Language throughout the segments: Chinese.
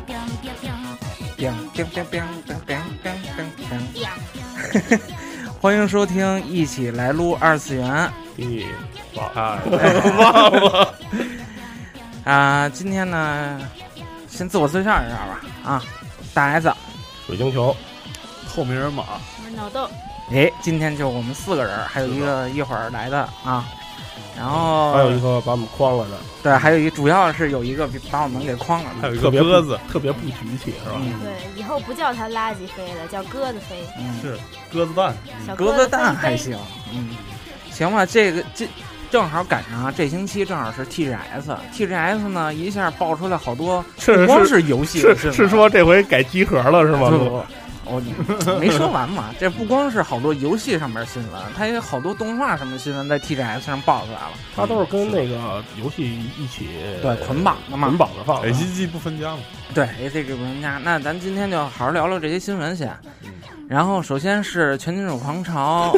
欢迎收听，一起来撸二次元咦，啊，忘了，啊！今天呢，先自我介绍一下吧啊，大 S，水晶球，透明人马，》，我是脑豆。哎，今天就我们四个人儿，还有一个一会儿来的啊。然还有一后个把我们框了的，对，还有一主要是有一个把我们给框了还的，有一特个别鸽子，特别不局气是吧？嗯，对，以后不叫它垃圾飞了，叫鸽子飞。嗯是鸽子蛋，啊小鸽子子蛋飞还飞行，嗯，行吧，这个这正好赶上啊，这星期正好是 TGS，TGS 呢一下爆出来好多，不是光是是游戏的是嗯新是闻说这回改集合了是不不吗？ 哦，你没说完嘛？这不光是好多游戏上面的新闻，它也有好多动画上面的新闻在 TGS 上爆出来了，它都是跟那个游戏一起对，捆绑的嘛捆。绑着放的哎，G G 不分家嘛，对，AC 这玩家，那咱今天就好好聊聊这些新闻先。嗯然后首先是《全金属 狂潮》，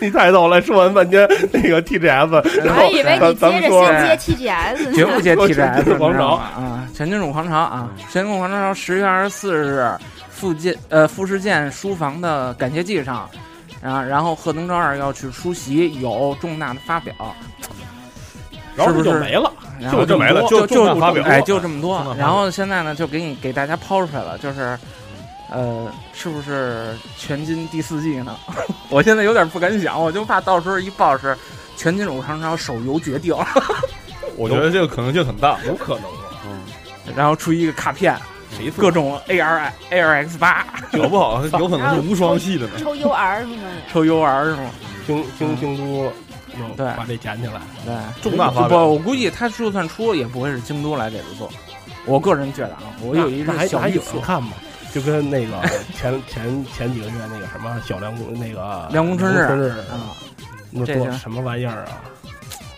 你太逗了，说完半天那个 TGS，然我还后以为你咱咱接着们说哎先接 TGS 绝不呢。接我 TGS，你知道狂潮吗啊，《全金属狂潮》嗯啊，《全金属狂潮》十月二十四日，富建呃富士见书房的感谢祭上，啊，然后贺东昭二要去出席，有重大的发表，然后是不就是没了，然后就就没没了了，就就重就大发表哎，就这么重大多发。表然后现在呢，就给你给大家抛出来了，就是，呃，是不是全金第四季呢？ 我现在有点不敢想，我就怕到时候一报是全金五常超手游决定，我觉得这个可能性很大。有可能 啊，然后出一个卡片，谁各种 AR ARX 八搞不好有可能是无双系的呢。抽 UR 是吗？抽 UR 是吗？京京京都有对把这捡起来，对，重大发不，表我估计他就算出也不会是京都来给他做。我个人觉得啊，我有一那个还小还预有测人，看吗？就跟那 个前前前几个月那个什么小梁公那个梁公春日春日啊，那这多是什么玩意儿啊？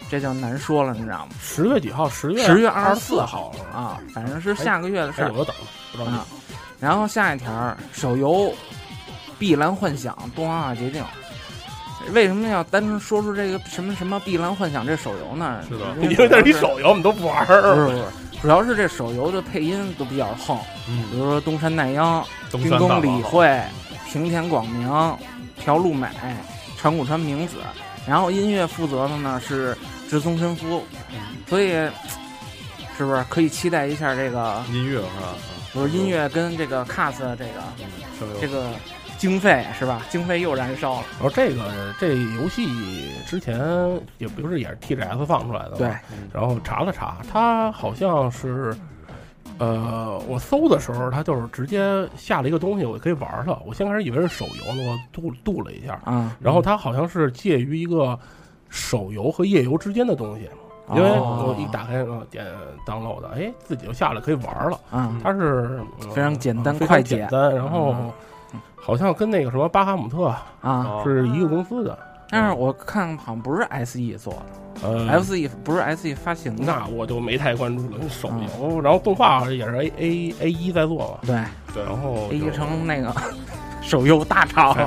这就难说了，你知道吗？十月几号？十月10月二24号啊？啊，反正是下个月的事还儿有。的等，不着急 啊。然后下一条儿，手游《碧蓝幻想》动画化决定。为什么要单纯说出这个什么什么《碧蓝幻想》这手游呢？是的因为那是一一手游，我们都不玩不是儿。不是，主要是这手游的配音都比较横，比嗯，如说东山奈央、东冰山大宫法理好，惠、平田广明、朴路美、长谷川明子，然后音乐负责的呢是直松伸夫，嗯所以是不是可以期待一下这个，音乐啊是吧？比如音乐跟这个 CAS 这个手游这个经费是吧？经费又燃烧了。然后这个这游戏之前也不是也是 TGS 放出来的吗？对，然后查了查，它好像是，呃，我搜的时候，它就是直接下了一个东西，我可以玩儿了。我先开始以为是手游呢，我度度了一下，啊，然后它好像是介于一个手游和页游之间的东西，因为我一打开呃点 download，哎，自己就下来可以玩儿了。啊，它是、嗯哦非常简单非常快捷简单，然后嗯好像跟那个什么巴哈姆特啊，哦是一个公司的，但是我看好像不是 SE 做的呃，SE 不是 SE 发行的，那我就没太关注了，手游，嗯然后动画也是 A A A 一在做嘛，对对然后，A 就成那个 手游大厂，哎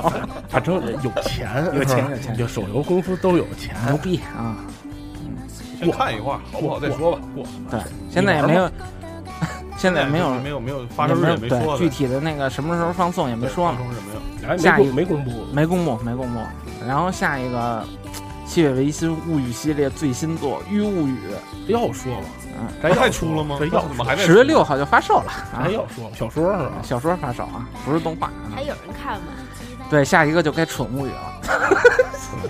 反正有钱，有钱是吧有钱就手游公司都有钱。哎牛逼啊！先看一会儿，好不好再说吧。过对，现在也没有， 现在也没有没有没有发也生日没也有没说对具体的那个什么时候放送也没说嘛嘛，，没有。哎，没下一公没公布，没公布没公布。然后下一个，七尾维新物语》系列最新作《御物语要说了，嗯咱要还出了吗？这要怎么还》，在？哎十月六号就发售了啊咱！要说小说是吧？小说发售啊，不是动画啊还。有人看吗？对，下一个就该《蠢物语》了。嗯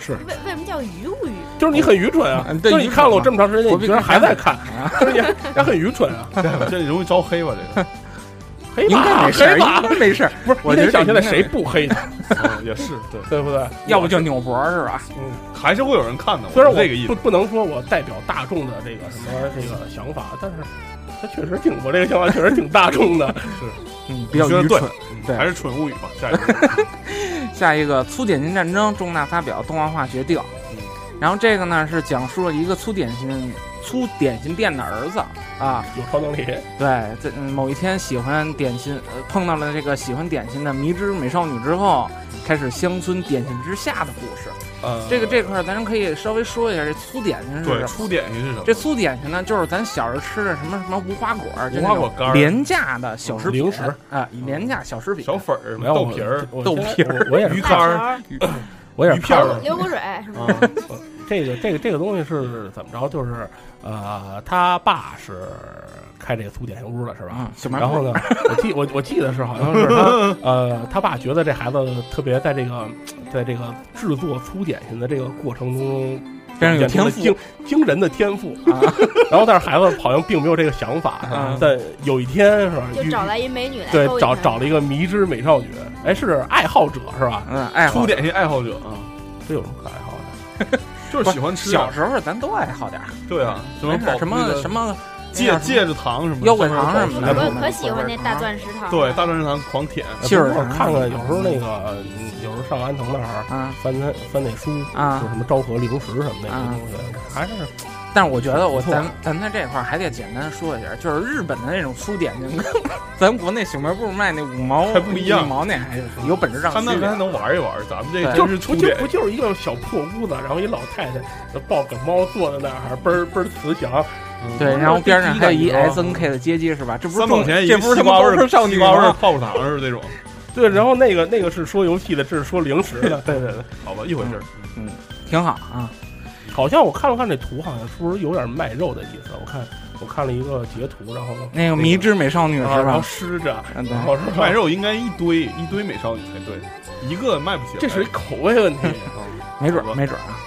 是，为为什么叫鱼物语？就是你很愚蠢啊！嗯对就是你看了我这么长时间，我你比居然还在看，啊，就是你还很愚蠢啊！ 这容易招黑吧？这个黑应该吧，没事儿，黑吧不应，该没事儿。是，我你得觉得想现在应该谁不黑他，嗯也是对，对不对？要不就扭脖儿是吧？ 还是会有人看的。虽然是这个意我思不，不能说我代表大众的这个什么这个想法，但是他确实挺我这个想法确实挺大众的。嗯，比较你说愚得对蠢。对还是蠢物语吧。下一个下一个《粗点心战争》，重大发表，动画化决定。然后这个呢是讲述了一个粗点心粗点心店的儿子啊，有超能力，对，这嗯某一天喜欢点心，呃，碰到了这个喜欢点心的迷之美少女之后，开始乡村点心之下的故事。呃，这个这块儿咱可以稍微说一下，这粗点心是什对么？出点心是什么？这粗点心呢，就是咱小时候吃的什么什么无花果儿，就无那花种果干儿廉价的小食品，零食啊，廉价小食品，小粉儿、没有豆皮儿、，我豆皮儿我我也鱼是，干儿。儿、我也是鱼片儿看了流口水什么啊，的。这个这个这个东西是怎么着？就是呃，他爸是开这个粗点心屋的是吧？啊，小卖然后部呢，我记我我记得是好像是他呃，他爸觉得这孩子特别在这个在这个制作粗点心的这个过程中，非常有天赋惊惊人的天赋。啊， 然后但是孩子好像并没有这个想法，啊在有一天是吧？就遇找来一美女来对勾引找他找了一个迷之美少女，哎是爱好者是吧？嗯，爱好出点心爱好者啊，这有什么可爱好的？呃就是喜欢吃啊。小时候咱都爱好点儿，对啊，什么没事儿宝什么那个什么戒戒指糖什么的，妖怪糖上什面有么宝石在里的，我面可喜欢那大钻石糖，对，大钻石糖狂舔，气儿哎不是啥看看，有时候那个嗯有时候上安藤那儿啊。翻翻翻那书啊就什么昭和零食什么的啊那些东西，还是但是我觉得我不错咱咱在这块儿还得简单说一下，就是日本的那种粗点心，跟 咱国内小卖部卖那五毛还不一样一毛那还是有本事让他区那别边还能玩一玩，咱们这对真就是是出不就点不就是一个小破屋子，然后一老太太抱个猫坐在那儿，倍儿倍儿慈祥，对，然后边上还有一不是地基 S N K 的街机是吧？这不是三毛重钱一这个不西是他瓜妈味都儿是少西女瓜味儿吗？泡泡糖是这种，对，然后那个那个是说游戏的，这是说零食的，对对对。好吧，一回事儿。挺好啊，好像我看了看这图，好像是不是有点卖肉的意思？我看我看了一个截图，然后那个迷之美少女是啊然后吧？湿着，嗯，对然，后哎是卖吧？肉应该一堆一堆美少女才对，一个卖不起来。这是一口味啊问题。 没准儿没准儿啊。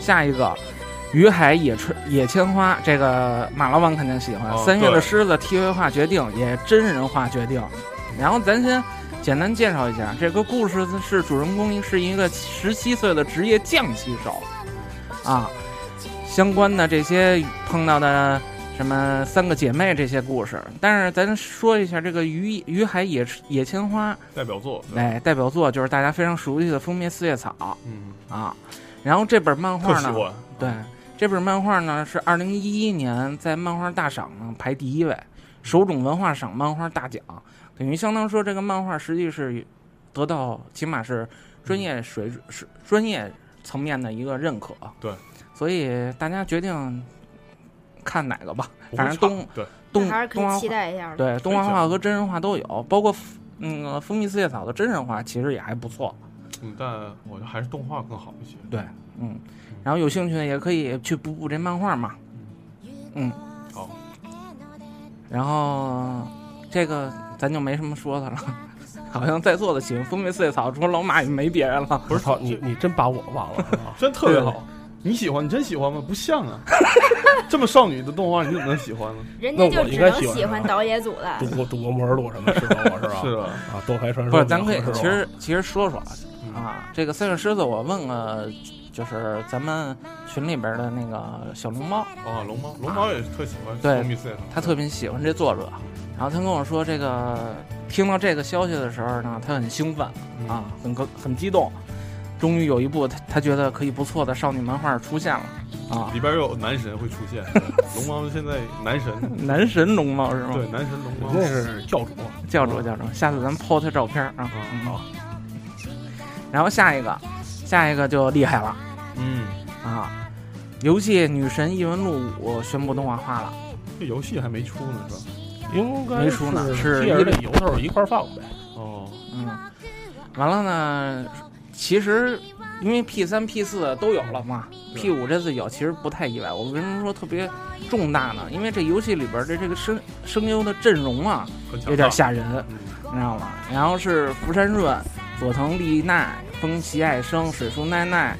下一个。于海野春野千花，这个马老板肯定喜欢。哦三月的对狮子 TV 化决定也真人化决定，然后咱先简单介绍一下，这个故事是主人公是一个十七岁的职业将棋手，啊，相关的这些碰到的什么三个姐妹这些故事。但是咱说一下这个于于海野野千花，代表作，对哎，代表作就是大家非常熟悉的《蜂蜜四叶草嗯，》啊。然后这本漫特画喜呢，欢。对，这本漫画呢是二零一一年在漫画大赏呢排第一位，首种文化赏漫画大奖，等于相当说这个漫画实际是得到起码是专嗯业水准、是专业层面的一个认可。对，所以大家决定看哪个吧，不会反正差动对动还是可动画以期待一下的。对，动画化和真人化都有，包括那个《蜂蜜四叶草》的真人化其实也还不错。嗯，但我觉得还是动画更好一些。对，嗯，然后有兴趣的也可以去补补这漫画嘛。嗯，好。然后这个咱就没什么说的了， 好像在座的喜欢《蜂蜜四叶草》除了老马也没别人了。不是操你，你真把我忘 了是吧 真特别好。你喜欢？你真喜欢吗？不像啊， 这么少女的动画，你怎么能喜欢呢？人那家我就应只该能喜欢喜欢啥导演组了赌。博赌博摩尔路什么的适合我是吧？是啊，啊，多排传说不是，咱可以是吧其实其实说说嗯啊，这个三月狮子，我问了，就是咱们群里边的那个小龙猫，啊，龙猫，龙猫也特喜欢对蜂蜜四叶草他特别喜欢这作者，然后他跟我说这个听到这个消息的时候呢，他很兴奋啊，很高很激动，终于有一部他他觉得可以不错的少女漫画出现了啊，里边有男神会出 现，龙猫现在男神，男神龙猫是吗？对，男神龙猫那是教主，教主教主，下次咱们 PO 他照片啊。啊，嗯，然后下一个，下一个就厉害了嗯，啊，游戏《女神异闻录五》宣布动画化了，这游戏还没出呢，是吧？应该没出呢是是借着这由头一块儿放呗。哦，嗯，完了呢，其实因为 P 三、P 四都有了嘛，P 五这次有，其实不太意外。我为什么说特别重大呢？因为这游戏里边的这个声声优的阵容啊，很强有点大。吓人，嗯你知道吗？然后是福山润、佐藤丽奈、风崎爱生、水树奈奈、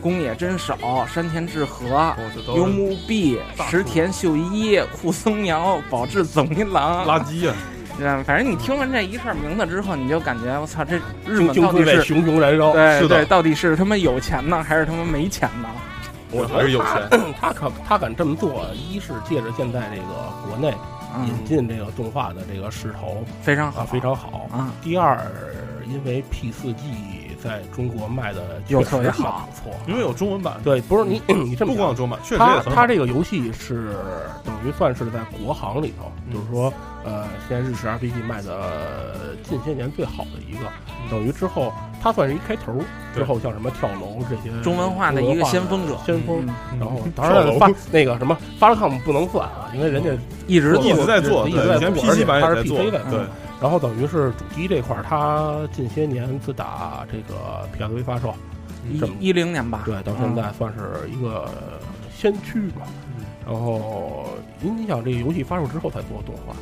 宫野真守、山田智和、我这游都是木碧、石田秀一、库松遥、保志总一郎，垃圾呀、啊你知道吗？反正你听完这一串名字之后，你就感觉我操，这日京本京到都底在是熊熊燃烧。对是的对，到底是他妈有钱呢，还是他妈没钱呢？我觉还得是有钱，他可他敢这么做，一是借着现在这个国内引嗯，进这个动画的这个势头非常好，啊非常好。啊，第二，因为 P 四 G 在中国卖的确有实特很别不好嗯错，因为有中文版，对，不是你你这么不想光有中文版，确实它也很它好。这个游戏是等于算是在国行里头，嗯就是说，呃，现在日式 RPG 卖的近些年最好的一个，嗯等于之后它算是一开头，之后像什么跳楼这些中文化的一个先锋者先锋。嗯然后当然了发那个什么 f a r c o m 不能算啊，因为人家嗯一直一直做在做，一直对在以前做 PC 版而也在且它是做， PC 的对，然后等于是主机这块儿，它近些年自打这个 PSV 发售，这么一一零年吧，对，到现嗯在算是一个先驱吧。然后，您你想这个游戏发售之后才做动画，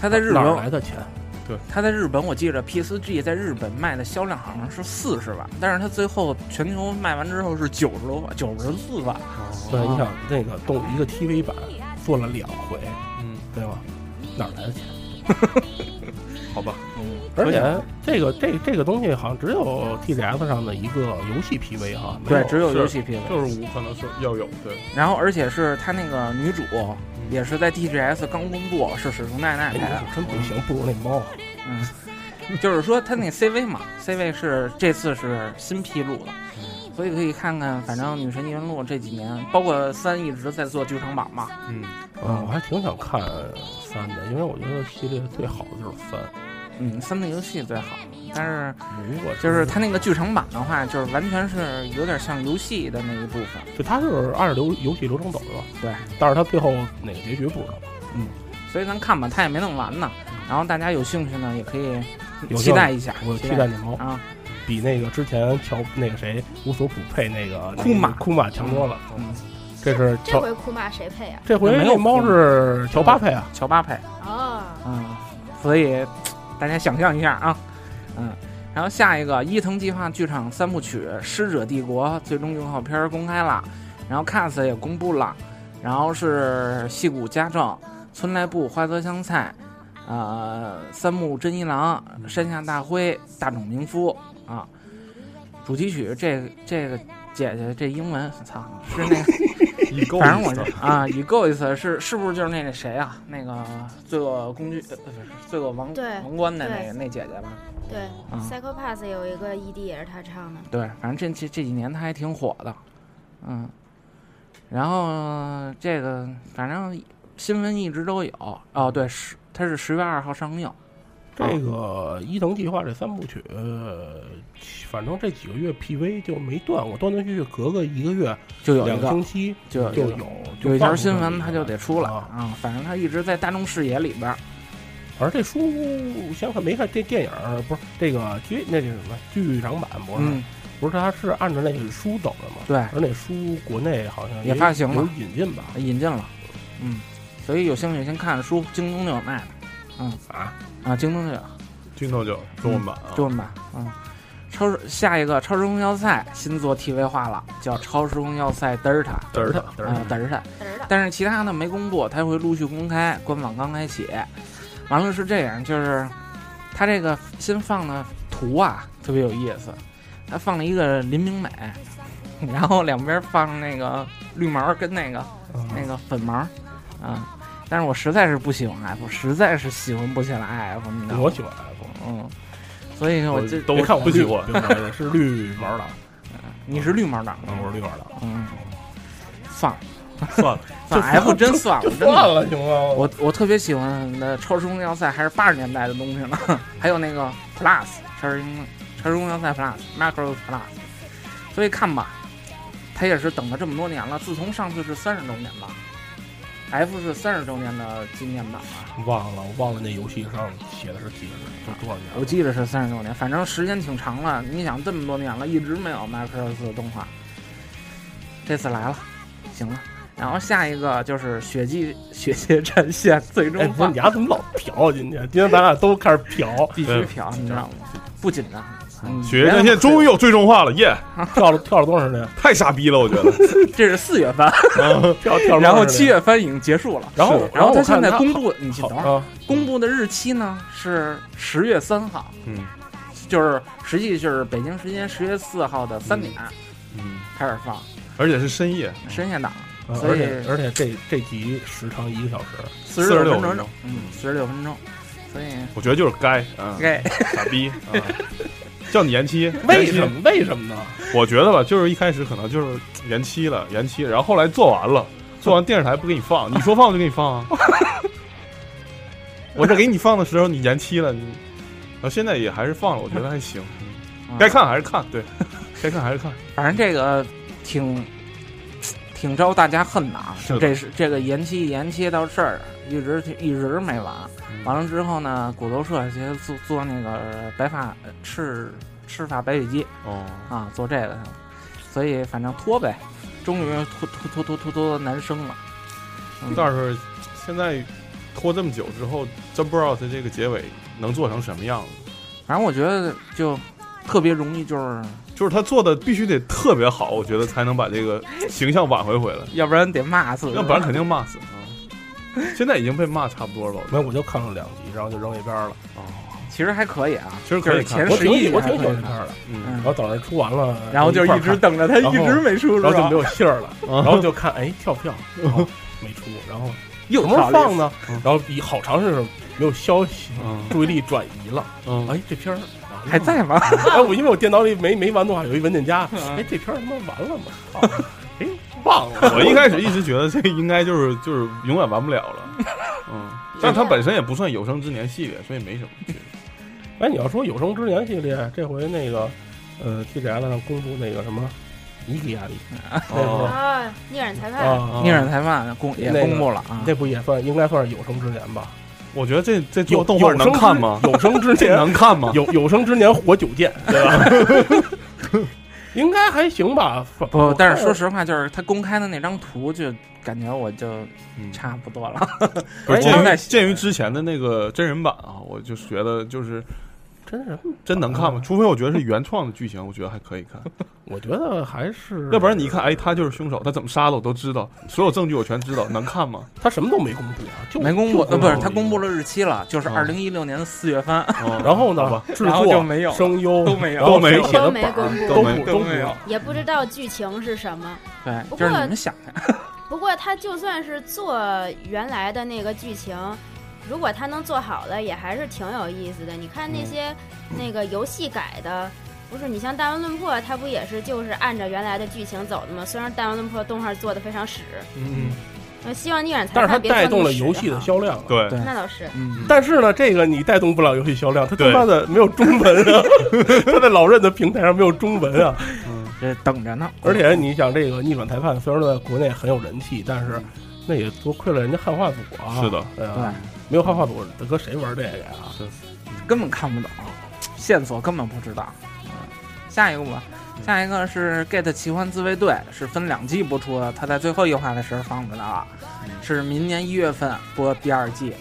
他在日哦哪儿本，来的钱？他在日本，我记着 PSG 在日本卖的销量好像是四十万，但是他最后全球卖完之后是九十多万，九十四万，对，你想那个动一个 TV 版做了两回，嗯，对吧？哪儿来的 钱？嗯好吧，嗯而且这个这这个东西好像只有 TGS 上的一个游戏 PV 哈，没对，有只有是游戏 PV。就是五可能是要有，对，然后而且是他那个女主也是在 TGS 刚公布，是史竹奈奈哎，拍的。你真不行，不如那猫。啊嗯， 就是说他那 CV 嘛，CV 是这次是新披露的，所以可以看看，反正《女神异闻录》这几年，包括三一直在做剧场版嘛，嗯，啊，我还挺想看三的，因为我觉得系列最好的就是三。嗯，三的游戏最好，但是如果嗯就是它那个剧场版的话，就是完全是有点像游戏的那一部分，就它就是按照流游戏流程走的吧，对，但是它最后哪个结局不知道。所以咱看吧，它也没弄完呢。然后大家有兴趣呢，也可以有期待一下，我期期待那猫啊，比那个之前乔那个谁乌索普配那个库玛库玛强多了。嗯，这是这乔回库玛谁配啊？这回没有那猫库玛是乔巴配啊，乔巴配。哦，嗯，所以大家想象一下啊，嗯，然后下一个伊藤计划剧场三部曲《师者帝国》最终预告片儿公开了，然后 cast 也公布了，然后是戏骨家政、村濑部花泽香菜、呃三木真一郎、山下大辉、大冢明夫啊，主题曲这这个姐姐这英文操是那个。一够反正意我思是。啊，已够意思是是不是就是那那谁啊，那个罪恶工具呃不是罪恶王对王冠的那对个那姐姐吧？对嗯，Psycho Pass 有一个 ED 也是他唱的，对，反正这这这几年她还挺火的，嗯，然后这个反正新闻一直都有哦，对十它是十月二号上映，这个伊藤计划这三部曲，呃反正这几个月 PV 就没断过，断断续续隔个一个月就有两一个个星期就有一就个有有一条放新出来闻它就得出来啊啊，反正它一直在大众视野里边儿，而这书先看没看这电影儿不是这个 TV 那是什么剧场版不是、嗯，不是它是按照那个书走的嘛？对，而那书国内好像也发行了有引进吧？啊引进了，嗯，所以有兴趣先看书，京东就有卖的，嗯啊啊，京东就有。军头酒中文版啊，中文版，嗯。超时下一个超时空要塞新作 TV 化了，叫《超时空要塞德尔塔》嘚儿的，嗯啊，德尔塔。嘚儿的。但是其他的没公布，它会陆续公开，官网刚开启。完了是这样，就是它这个新放的图啊，特别有意思。它放了一个林明美， 然后两边放那个绿毛跟那个那个粉毛，啊。但是我实在是不喜欢 F，实在是喜欢不起来啊 F，你知道吗我？喜欢 F，嗯，所以我哦这都别看我不喜绿欢，别看我是绿毛的，你是绿毛党的，嗯我是绿毛 的，嗯，算了，算了，算了 F 真算 了，真的。了行吗？我我特别喜欢的《超时空要塞》还是八十年代的东西呢，还有那个 Plus 超时空超时空要塞 Plus Macro Plus，所以看吧，他也是等了这么多年了，自从上次是三十周年吧 F 是三十周年的纪念版吧？忘了，我忘了那游戏上写的是几个人，多多少年我了。记得是三十周年，反正时间挺长了。你想这么多年了，一直没有 Macross 的动画，这次来了，行了。然后下一个就是《血迹血界战线》最哎，终不是幻你，丫怎么老嫖啊？今天，今天咱俩都开始嫖， 必须嫖，你知道吗？不紧张，嗯血液战线终于有最终化了，耶！ 跳了跳了多长时间？太傻逼了，我觉 得。啊这是四月番，跳跳了多长时间。然后七月番已经结束了。然后然后我他看现在他公布，你等会儿好啊，公布的日期呢是十月三号，嗯，就是实际就是北京时间十月四号的三点嗯，开始放而且是深夜，深夜档，嗯所而以且而且这这集时长一个小时，四46六分分钟钟，嗯，四十六分钟，所以我觉得就是该 啊，该傻逼啊！叫你延期，为延期什么？为什么呢？我觉得吧，就是一开始可能就是延期了，延期，然后后来做完了，做完电视台不给你放，你说放就给你放啊。 我这给你放的时候你延期了，你，然后现在也还是放了，我觉得还行，嗯该看还是看，对，该看还是看。反正这个挺挺招大家恨的啊是的，这是这个延期延期到这儿，一直一直没完。嗯完了之后呢，骨头社其实做做那个白发赤赤发白羽鸡哦，啊，做这个去了，所以反正拖呗，终于拖拖拖拖拖拖男生了。嗯但是现在拖这么久之后，真不知道它这个结尾能做成什么样子。反正我觉得就特别容易，就是就是他做的必须得特别好，我觉得才能把这个形象挽回回来，要不然得骂死，要不然肯定骂死啊。现在已经被骂差不多了，我觉没有，我就看了两集，然后就扔一边了。得。哦，其实还可以啊，其就实可以是看前我十挺一喜我还挺喜可欢这以片看儿的，嗯，嗯然后等着出完了，然后就一一直啊等着他，然一后直没出，是然后就吧没？有信儿了，然后就看哎跳票，然后没出，然后又什么时候跳了一放呢？然后一好长时间没有消息，嗯注意力转移了。嗯，哎，这片儿次还。在吗？哎，我因为我电脑里没没完动画，有一文件夹。哎，这片儿他妈完了吗？操哎，忘了。 我一开始一直觉得这应该就是就是永远完不了 了，嗯，但它本身也不算有生之年系列，所以 没什么。 哎，你要说有生之年系列，这回那个呃 TGS 上公布那个什么尼基亚里，哦啊，逆转裁判，啊， 逆转裁判公也那个公布了啊，那不也算应该算是有生之年吧？我觉得这这有做动画能看吗？有生之 这年能看吗？有有生之年火九剑，对吧？ 应该还行吧，不不，但是说实话，就是他公开的那张图，就感觉我就嗯差不多了。不是哎鉴那于鉴于之前的那个真人版啊，我就觉得就是真是，真能看吗？除非我觉得是原创的剧情，我觉得还可以看。我觉得还是，要不然你一看，哎，他就是凶手，他怎么杀的我都知道，所有证据我全知道，能看吗？他什么都没公布啊，就 没公布， 呃，就不是布他公布了日期了，就是嗯二零一六年的四月份， 哦然后好呢吧，制然 后就作、没有了声优都没有然后都没有谁写的都没本儿公布，都没不都都没有有。也不知道剧情是什么。对，不就是过你们想的，不过他就算是做原来的那个剧情，如果他能做好了，也还是挺有意思的。你看嗯那些那个游戏改的，不是你像《弹丸论破》，它不也是就是按照原来的剧情走的吗？虽然《弹丸论破》动画做的非常屎，嗯，呃希望逆转但裁是它判别做带动那了么屎游戏的哈销量啊。对对那倒是，嗯，但是呢，这个你带动不了游戏销量，它他对妈的没有中文啊， 它在老任的平台上没有中文啊。这等着呢。而且你想，这个逆转裁判虽然在国内很有人气，但是那也多亏了人家汉化组啊。是的，对对啊，，没有汉化组，大哥谁玩这个呀？根本看不懂，线索根本不知道。嗯，下一个吧，下一个是《Get 奇幻自卫队》，是分两季播出的，它在最后一话的时候放出来了，嗯是明年一月份播第二季。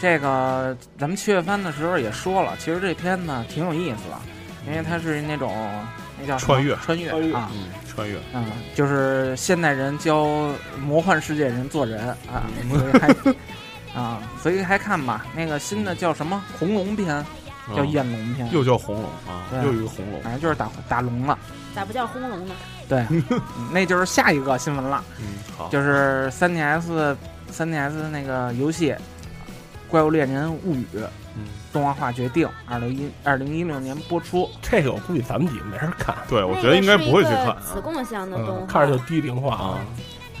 这个咱们七月番的时候也说了，其实这片呢挺有意思的，因为它是那种那叫什么穿越穿越穿越啊，嗯，穿越，嗯，就是现代人教魔幻世界人做人啊，嗯所以还 啊，所以还看吧。那个新的叫什么红龙篇，叫嗯焰龙篇，又叫红龙啊，对又一个红龙，反正就是打打龙了，咋不叫轰龙呢？嗯那就是下一个新闻了，嗯，好，就是3 DS 3 DS 那个游戏《怪物猎人物语》嗯动画化决定，二零一二零一六年播出。这个我估计咱们几个没人看，对，我觉得应该不会去看那个是一个子啊，贡向的动嗯，画，看着就低龄化啊啊。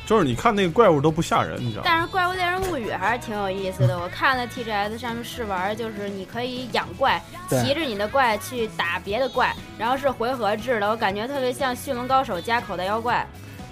就是你看那个怪物都不吓人，你知道吗？但是《怪物猎人物语》还是挺有意思的，我看了 TGS 上面试玩，就是你可以养怪，对骑着你的怪去打别的怪，然后是回合制的，我感觉特别像《驯龙高手》加口袋妖怪。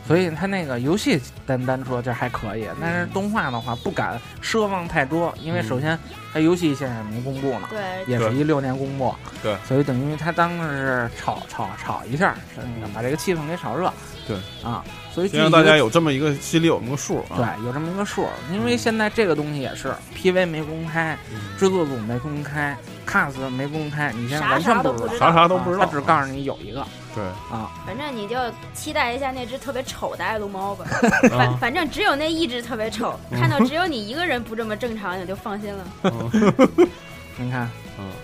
所以它那个游戏单单说这还可以，但是动画的话不敢奢望太多，因为首先它游戏现在也没公布呢，对也是一六年公布，对，所以等于它当时是炒炒炒一下，是把这个气氛给炒热对啊，所以先让具体大的家有这么一个心里有那么个数啊。对，有这么一个数儿，因为现在这个东西也是 PV 没公开，制作组没公开，cast 没公开，你现在啥完全啥都不不知知道，道啥啥都啊不知道他只告诉你有一个对啊，反正你就期待一下那只特别丑的爱撸猫啊吧，反反正只有那一只特别丑，嗯看到只有你一个人不这么正常，你就放心了。你看，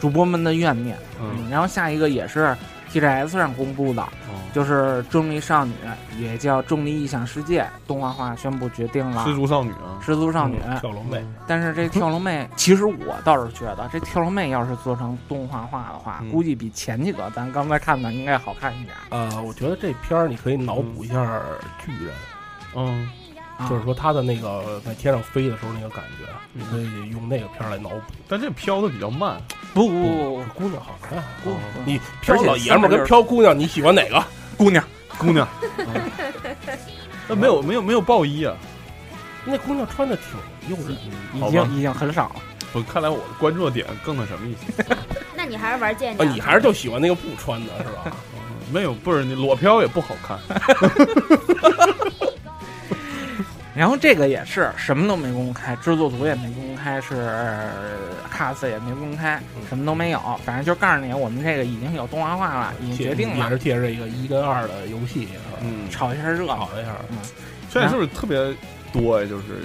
主播们的怨念。嗯，然后下一个也是 TGS 上公布的，嗯就是《重力少女》，也叫《重力异想世界》，动画化宣布决定了。失足少女啊，失足少女，嗯跳楼妹。但是这跳楼妹，其实我倒是觉得，这跳楼妹要是做成动画化的话，估计比前几个咱刚才看的应该好看一点。呃，我觉得这片儿你可以脑补一下巨人，嗯，啊就是说他的那个在天上飞的时候那个感觉，你可以用那个片儿来脑补。但这飘的比较慢，不不不，姑娘好看。啊你飘老爷们儿跟飘姑娘，你喜欢哪个？姑娘，姑 娘，嗯那没有没有没有暴衣啊，那姑娘穿的挺诱人的，好已吧经已经很少了。我看来我的关注的点更那什么一 些那你还是玩剑啊，娘，你还是就喜欢那个不穿的是吧？嗯没有，不是你裸飘也不好 看。然后这个也是什么都没公开，制作组也没公开，是呃 cast 也没公开，什么都没有，反正就告诉你我们这个已经有动画化了，已经决定也了是，借着一个一跟二的游戏，嗯，炒一下热闹搞。一下。嗯，现在是不是特别多呀？就是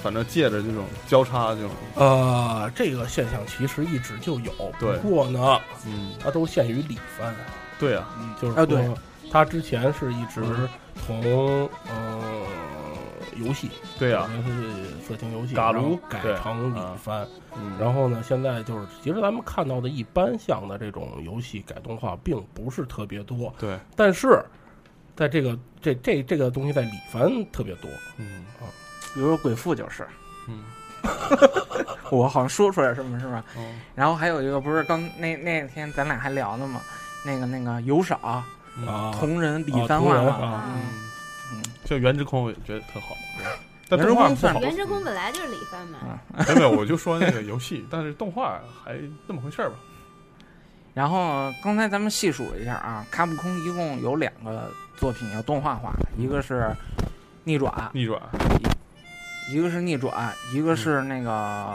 反正借着这种交叉这种，呃，这个现象其实一直就有，对不过呢，嗯，它都限于里番，对啊，就是啊对说它之前是一直从呃游戏，对啊，因为是色情游戏，打撸然后改对成里番。嗯，然后呢，现在就是，其实咱们看到的一般像的这种游戏改动画，并不是特别多。对，但是在这个这这这个东西在里番特别多，嗯比如说鬼父就是，嗯， 我好像说出来什么是吧？哦，然后还有一个不是刚那那天咱俩还聊呢吗？那个那个有赏嗯啊，同人啊里番同化人嘛啊，嗯嗯像原之空我也觉得特好，但原之动画空不算好。原之空本来就是李帆嗯嘛，没有没有，我就说那个游戏，但是动画还那么回事儿吧。然后刚才咱们细数了一下啊，卡普空一共有两个作品要动画化，一个是《逆转》，逆转，一个是《逆转》，一个是那个、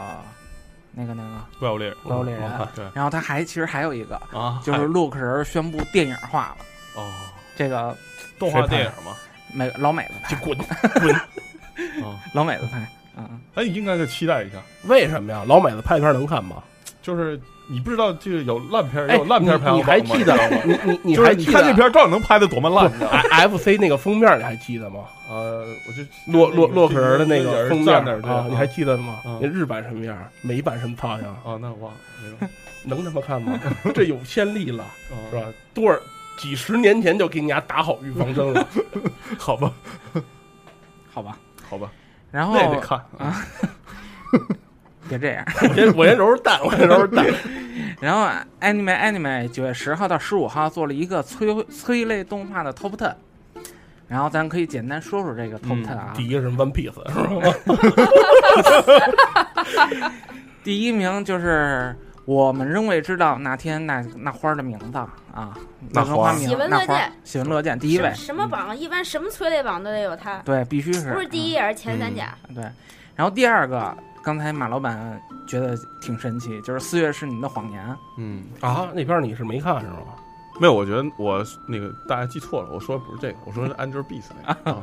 那个那个。怪物猎人，怪物猎人啊哦对然后他还其实还有一个，啊，就是洛克人宣布电影化了，哦，这个动画电影嘛，美老美子拍，就滚！ 啊，老美子拍，嗯，哎，应该再期待一下。为什么呀？老美的拍片能看吗？就是你不知道，就是有烂片儿，也哎有烂片儿排你行你榜嘛还记得知道吗？你你就是还你记看这得片儿到底能拍的多么烂？ F C 那个封面你还记得吗？呃，我 就洛洛那个洛克人的那就个是封面站那儿对啊，你还记得吗嗯？那日版什么样？美版什么造型？啊？那我忘了，没能有他妈看 吗？这有先例了，啊 是吧？多少几十年前就给你家打好预防针了， 好吧，好吧。好吧，哦然后那也得看啊，别这样。我先我先揉揉蛋，我先揉揉 蛋。然后 Anime Anime 九月十号到十五号做了一个催催泪动画的 Top Ten，然后咱可以简单说说这个 Top Ten 啊。嗯第一个是 One Piece 是吧？第一名就是我们仍未知道那天那那花儿的名字啊，那那花跟儿花名喜闻那乐花儿见喜闻乐见第一位什，什么榜一般什么催泪榜都得有他，对，必须是不是第一也是前三甲。嗯对，然后第二个，刚才马老板觉得挺神奇，就是四月是你的谎言，嗯，啊，那边你是没看是吧？没有，我觉得我那个大家记错了，我说的不是这个，我说的是 Angel Beats 那 个。啊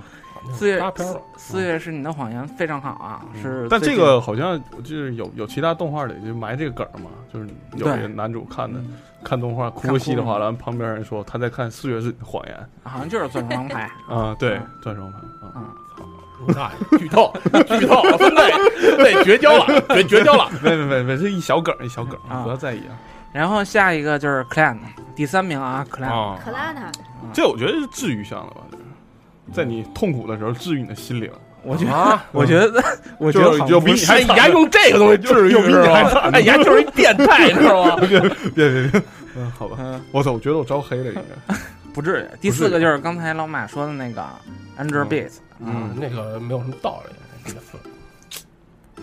四月搭片了。四月是你的谎言非常好啊，是嗯但最这近个好像就是有有其他动画里就埋这个梗儿嘛，就是有对一个男主看的看动画哭嗯看哭稀里哗了啦，旁边人说他在看《四月是你的谎言》好像就是钻石王牌，啊，对嗯，钻石王牌啊，那剧透，剧透，那那绝交了，绝绝交了。没没没没，这一小梗儿一小梗儿，啊不要在意啊。然后下一个就是 Clan，第三名啊 Clan，啊克拉娜，这我觉得是治愈向的吧，就是在你痛苦的时候治愈你的心灵。我觉得我觉得我觉哦嗯得就是好就像比不你是还哎，你 家用这个东西治愈又比是你还吧？哎，你家就是一变态，知道吗？别别别，嗯， 好吧，嗯我操，我觉得我招黑了，应该。不至于。第四个就是刚才老马说的那个 Underbeat，嗯，那个没有什么道理。这个词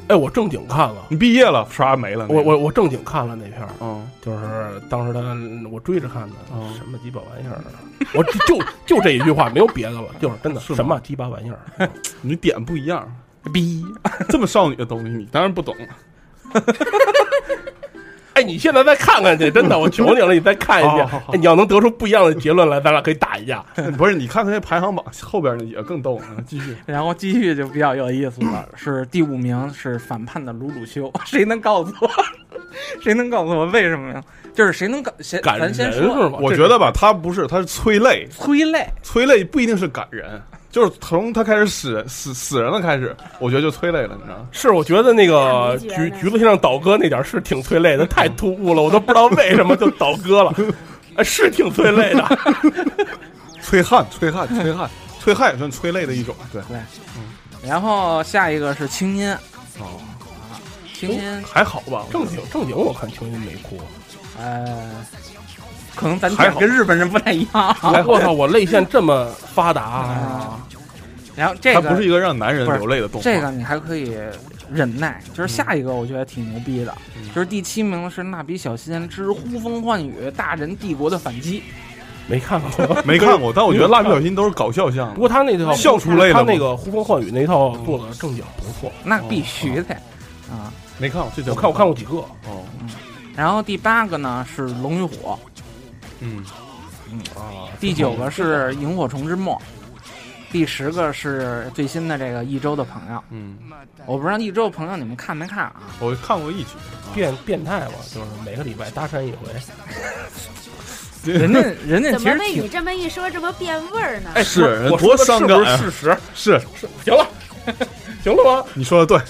哎，我正经看了，你毕业了，刷没了。那个我我我正经看了那片儿，嗯，就是当时他我追着看的，什么鸡巴玩意儿，我就就这一句话，没有别的了，就是真的是吗什么鸡巴玩意儿，你点不一样，逼，这么少女的东西你当然不懂了。哎，你现在再看看去，真的，我求你了，你再看一遍好好好。哎，你要能得出不一样的结论来，咱俩可以打一架。 不是，你看看那排行榜后边那也更逗呢。继续，然后继续就比较有意思了，是第五名是反叛的鲁鲁修， 谁能告诉我？ 谁能告诉我为什么呀？就是谁能告谁？感咱先人是说吗， 我觉得吧，他不是，他是催泪，催泪，催泪不一定是感人，就是从他开始死死死人了开始，我觉得就催泪了，你知道吗？是，我觉得那个没觉橘得橘子先生倒戈那点儿是挺催泪的，太突兀了，我都不知道为什么就倒戈了，哎是挺催泪的。催汗，催 汗，催汗，催汗也算催泪的一种。对，然后下一个是青音，啊哦，青音，还好吧？正经正经，我看青音没哭。呃，可能咱还点好跟日本人不太一样。哎我操，我泪腺这么发达啊！啊，然后这它个不是一个让男人不是流泪的动画。这个你还可以忍耐，就是下一个我觉得挺牛逼的，嗯就是第七名是蜡笔小新之呼风唤雨大人帝国的反击，没看 过。没看过，但我觉得蜡笔小新都是搞笑向不的。过他那套笑出泪了他吗那个呼风唤雨那套做的正经不错。那必须的啊。没看过，这我看我看过几个，哦，然后第八个呢是龙与火，嗯，啊第九个是萤火虫之墓，第十个是最新的这个一周的朋友，嗯，我不知道一周的朋友你们看没看 啊？我看过一集。变变态嘛，就是每个礼拜搭讪一回。人家人家怎其么实被你挺这么一说，这么变味儿 呢？哎，是我说多的伤是感不是啊！事实？是，行了， 行了吗？你说的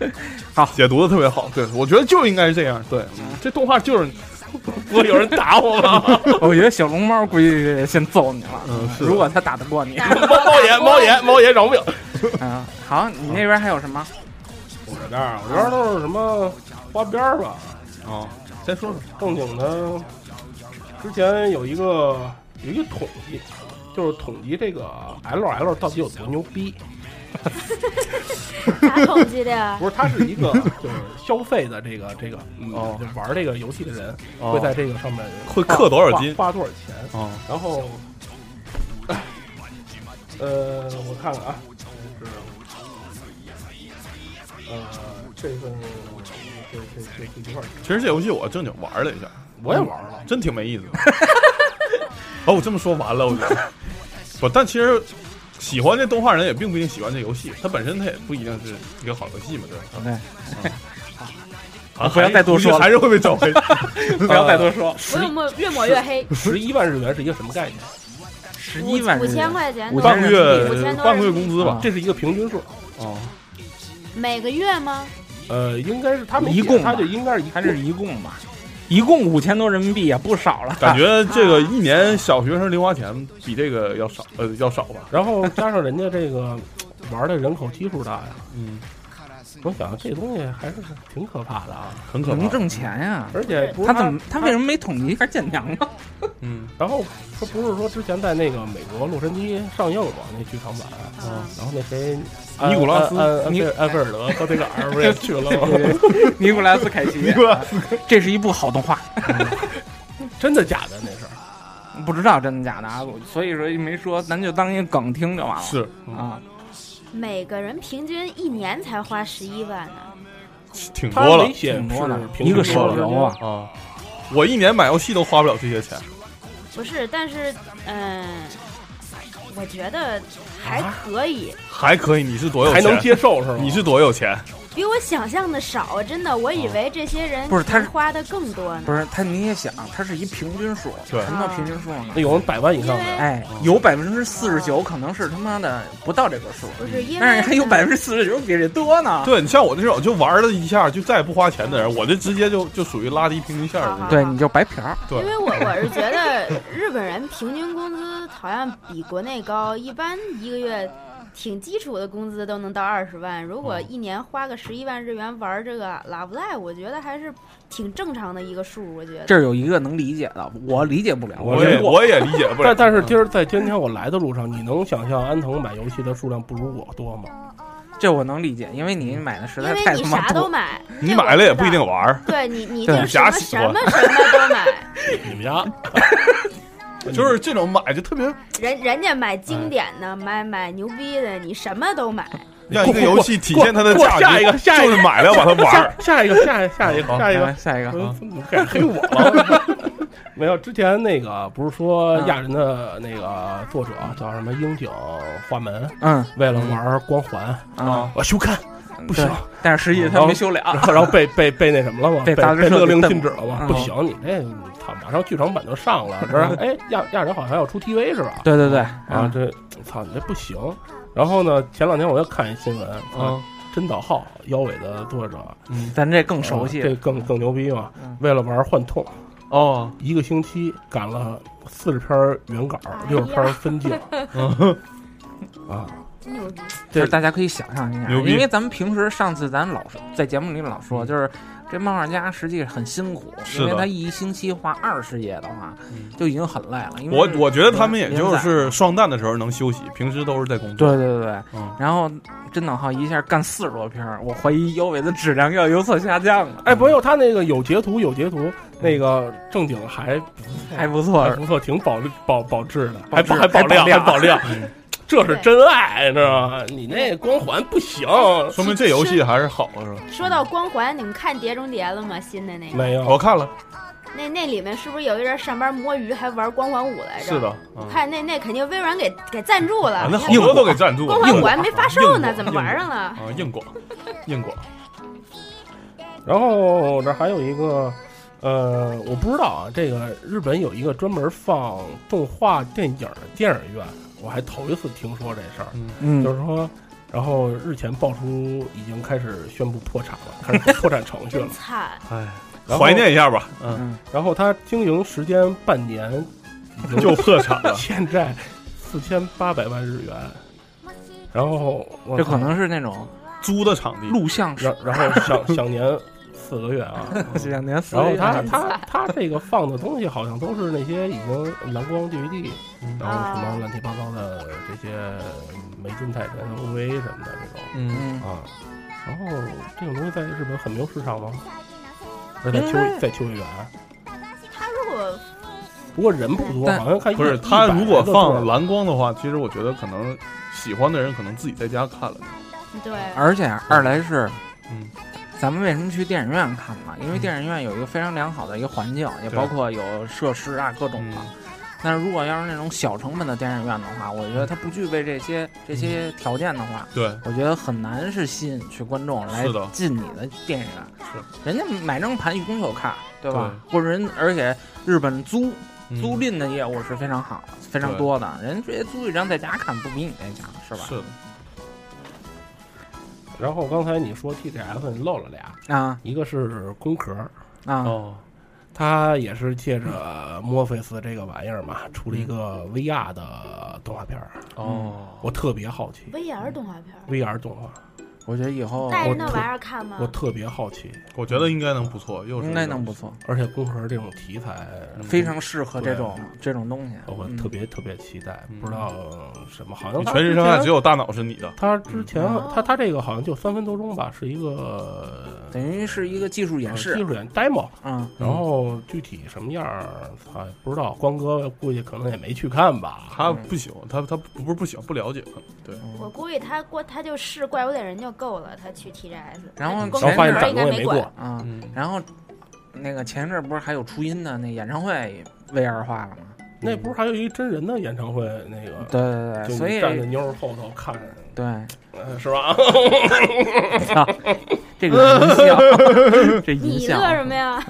对。好解读的特别好。对，我觉得就应该是这样。对，这动画就是，我有人打我吗？ 我觉得小龙猫估计得先揍你了，嗯是的如果他打得过你，打嗯、猫猫爷，猫爷，猫爷饶命！好，你那边还有什么？我这儿，我这儿都是什么花边儿吧？啊，先说说，正经的，之前有一个有一个统计，就是统计这个 L L 到底有多牛逼。咋统计的呀？不是，他是一个就是消费的这个这个，嗯，就玩这个游戏的人哦会在这个上面会花氪多少金花花多少钱？哦，然后，哎呃，我看看啊，就是，呃，这份这这这这这块儿其实这游戏我正经玩了一下，我也玩了，真挺没意思的。哦，我这么说完了，我觉得。不，但其实喜欢这动画人也并不一定喜欢这游戏，它本身它也不一定是一个好游戏嘛，对吧？对，啊，不要再多说了还是会被找回。不要再多说，不用抹越抹越黑，十一万日元是一个什么概啊念？呃十五一万五日元千块钱，五半千个人五月千多半个月工资吧啊。这是一个平均数，哦，每个月吗？呃，应该是他们一共吧他就应该是一还是一共吧，一共五千多人民币也不少了。感觉这个一年小学生零花钱比这个要少，呃，要少吧？然后加上人家这个玩的人口基数大呀，嗯，我想这东西还是挺可怕的啊。很可能怕。挣钱呀、而且不是他怎么他为什么没统计一下建娘呢？嗯，然后说不是说之前在那个美国洛杉矶上映嘛，那剧场版，啊，然后那谁呃尼古拉斯安安安尼菲安菲尔德和这个尔不是也去了 吗？尼古拉斯凯奇，尼古拉斯，这是一部好动画，真的假的那是？不知道真的假的啊，我所以说没说，咱就当一个梗听就完了。是啊，每个人平均一年才花十一万呢。挺他多了没写挺多的是，平一个均多手少游啊，啊！我一年买游戏都花不了这些钱。不是，但是，嗯、我觉得还啊可以，还可以，你是多有还钱？能啊接受是吗？你是多有钱？比我想象的少，真的，我以为这些人哦不是他是能花的更多呢。不是他你也想，它是一平均数，对什么叫平均数呢那？有百万以上的，哎，有百分之四十九可能是他妈的不到这个数，不是因为但是还有嗯百分之四十九比这多呢。对你像我这种就玩了一下就再也不花钱的人，我这直接就就属于拉低平均线啊的那种。对，你就白嫖儿。对因为我我是觉得日本人平均工资好像比国内高，一般一个月挺基础的工资都能到二十万，如嗯果一年花个十一万日元玩这个 Love Live，我觉得还是挺正常的一个数。我觉得这儿有一个能理解的，我理解不了。我也我也理解不了但但是今儿在今天我来的路上，你能想象安藤买游戏的数量不如我多吗？这我能理解，因为你买的实在因太为你他妈啥多都买，你买了也不一定玩儿。对你你对就是什么瞎喜什欢么什么都买，你们家就是这种买就特别人人家买经典的，买买牛逼的，你什么都买。让一个游戏体现它的过价值，下一个下一个就是买了要把它玩儿。下下一个，下一个，嗯下一 好个，下一好个，下一个我你开始黑我了。 没有，之前那个不是说嗯亚人的那个作者啊叫什么樱井花门，嗯为了玩光环，啊，我休刊哦不行哦对，但是实际他没修了。然后然后被被被那什么了吗？啊被被杂志社勒令给禁瞪止了了吗嗯？不行，你这操，马上剧场版就上 了，是吧？哎，亚亚人好像要出 TV 是吧？对对对，嗯啊，这操你这不行。然后呢，前两天我又看一新闻，嗯啊，真岛浩腰尾的作者咱这更熟悉啊这更更牛逼嘛嗯！为了玩幻痛，哦，一个星期赶了四十篇原稿，哎六十篇分 镜，啊，真牛逼！就是大家可以想象一下，牛逼嗯因为咱们平时上次咱老说在节目里老说，就是这漫画家实际很辛苦，是因的嗯为他一星期画二十页的话，就已经很累了。因为我是我觉得他们也就连载是双旦的时候能休息，平时都是在工对对作。对对，嗯然后真岛浩一下干四十多篇儿，我怀疑腰尾的质量要有所下降 了，哎，没有他那个有截图有截图，那个正经还还不错还。不错，挺保保保质的，保还质保还保量嗯还还保保量， 这是对真爱，你知道吗？你那光环不行，说明这游戏还是好的，是吧？说到光环，你们看《碟中谍》了吗？新的那个，没有我看了，那那里面是不是有一人上班摸鱼还玩光环五来着？是的，我看那那肯定微软给给赞助了啊，那好多都给赞助了，光环硬五广还没发售呢，硬广怎么玩上了？啊？硬广，硬广，然后我这还有一个，呃，我不知道啊，这个日本有一个专门放动画电影儿电影院，我还头一次听说这事儿，嗯就是说，然后日前爆出已经开始宣布破产了，开始破产程序了 真。惨！然后怀。念一下吧，嗯然后它经营时间半年， 已经嗯就破产 了。现在四千八百万日元。然后嗯我这可能是那种租的场地，录像室然，然后享享年四个月啊，这两年四然个后月他他他这个放的东西好像都是那些已经蓝光 DVD，然后什么乱七八糟的这些没进泰神 OV 什么的这种嗯，嗯，啊。然后这种东西在日本很没有市场吗？而在秋应该在秋叶原，他如果不过人不多，但好像看一不是一他百如果个放座蓝光的话，其实我觉得可能喜欢的人可能自己在家看了。对，而且二来是，嗯，咱们为什么去电影院看嘛？因为电影院有一个非常良好的一个环境，也对包括有设施啊各种的嗯。但是如果要是那种小成本的电影院的话，我觉嗯得它不具备这些这些条件的话，对，我觉得很难是吸引去观众来是的进你的电影院。是人家买张盘一共就看，对吧？或者人而且日本租嗯租赁的业务是非常好、非常多的，人直接租一张在家看，不比你那强是吧？是的，然后刚才你说 TGS 你漏了俩，啊一个是工壳，啊、哦，它也是借着 Morpheus 这个玩意儿嘛，出了一个 VR 的动画片儿，嗯哦，我特别好奇 VR 动画片儿， VR 动画。我觉得以后带着我那特玩意儿看吗我？特别好奇，我觉得应该能不错，又是应该能不错。而且宫壳这种题材，非常适合这种这种东西。我嗯啊哦特别特别期待，嗯不知道什么，好像你全身上下只有大脑是你的，他之前嗯他他这个好像就三分多钟吧，是一个等于是一个技术演呃技示，术演 demo，嗯，然后具体什么样儿，操也不知道，光哥估计可能也没去看吧。他嗯不行，他他不是不行，不了解，对，我估计他过他就试怪物猎人就够了，他去 TGS，然后光然后发现头展应该龙也没没管过，啊，嗯，然后那个前一阵儿不是还有初音的那演唱会 VR 化了吗？那不是还有一真人的演唱会那个？对对对就对，所你站在以妞儿后头看着，对呃是吧？ 这个音 效，这音你效啊乐什么呀？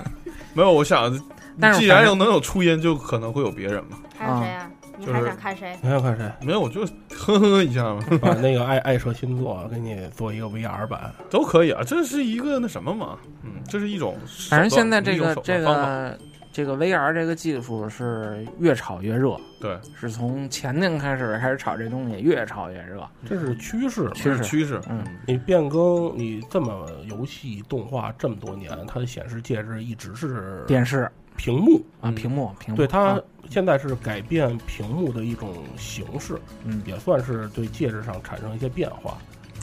没有，我想，但是既然有能有初音，就可能会有别人嘛，还有谁呀？你还想看谁？你想看谁？没有，我就哼哼一下嘛， 把那个爱爱社新作给你做一个 VR 版，都可以啊，这是一个那什么嘛，嗯，这是一种手反段，正现在这一种个手段这方法个这个 VR 这个技术是越炒越热，对，是从前年开始开始炒这东西，越炒越热，这是趋势嘛，趋势，嗯，你变更你这么游戏动画这么多年，它的显示介质一直是电视屏幕啊，屏幕，屏嗯幕，对它啊现在是改变屏幕的一种形式，嗯也算是对介质上产生一些变化，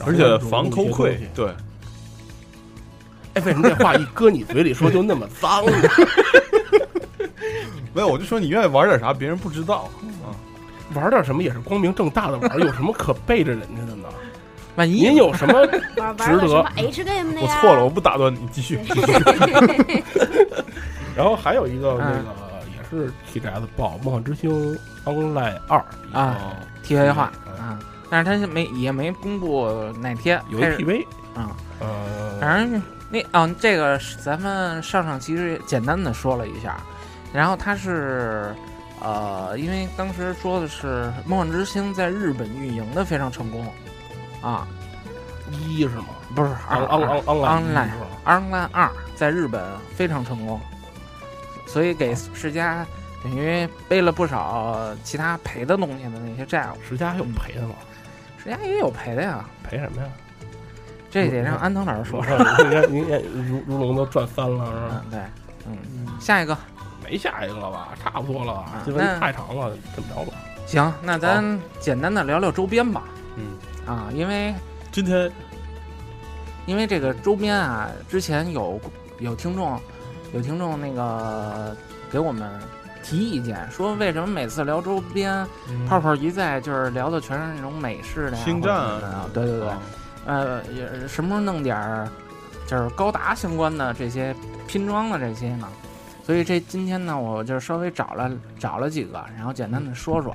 而且防偷窥，对，哎，为什么这话一搁你嘴里说就那么脏呢？ 没有，我就说你愿意玩点啥，别人不知道啊。玩点什么也是光明正大的玩，有什么可背着人家的呢？万一您有什么值玩玩个什得 么？H game 的我呀？错了，我不打断你， 继续。啊然后还有一个那嗯个也是 TGS 爆《梦幻之星 Online 二》啊，T A 化嗯啊，但是它是没也没公布哪天有一开始 PV，啊，呃，反正那啊，这个是咱们上上其实简单的说了一下，然后它是呃，因为当时说的是《梦幻之星》在日本运营的非常成功啊，一是吗？不是昂昂昂昂 online online 二在日本非常成功，所以给世嘉等于背了不少其他赔的东西的那些债务，十佳还有赔的吗？世嘉也有赔的呀，赔什么呀？这得让安藤老师说我说。看你看您看如如龙都赚翻了是吧嗯，？对，嗯，下一个没下一个了吧？差不多了吧啊？新闻那太长了，这么着吧？行，那咱简单的聊聊周边吧。嗯，啊，因为今天因为这个周边啊，之前有有听众有听众那个给我们提意见，说为什么每次聊周边，泡泡一在就是聊的全是那种美式的呀嗯星战啊或者什么的对对对，啊呃，也什么时候弄点儿就是高达相关的这些拼装的这些呢？所以这今天呢，我就稍微找了找了几个，然后简单的说说。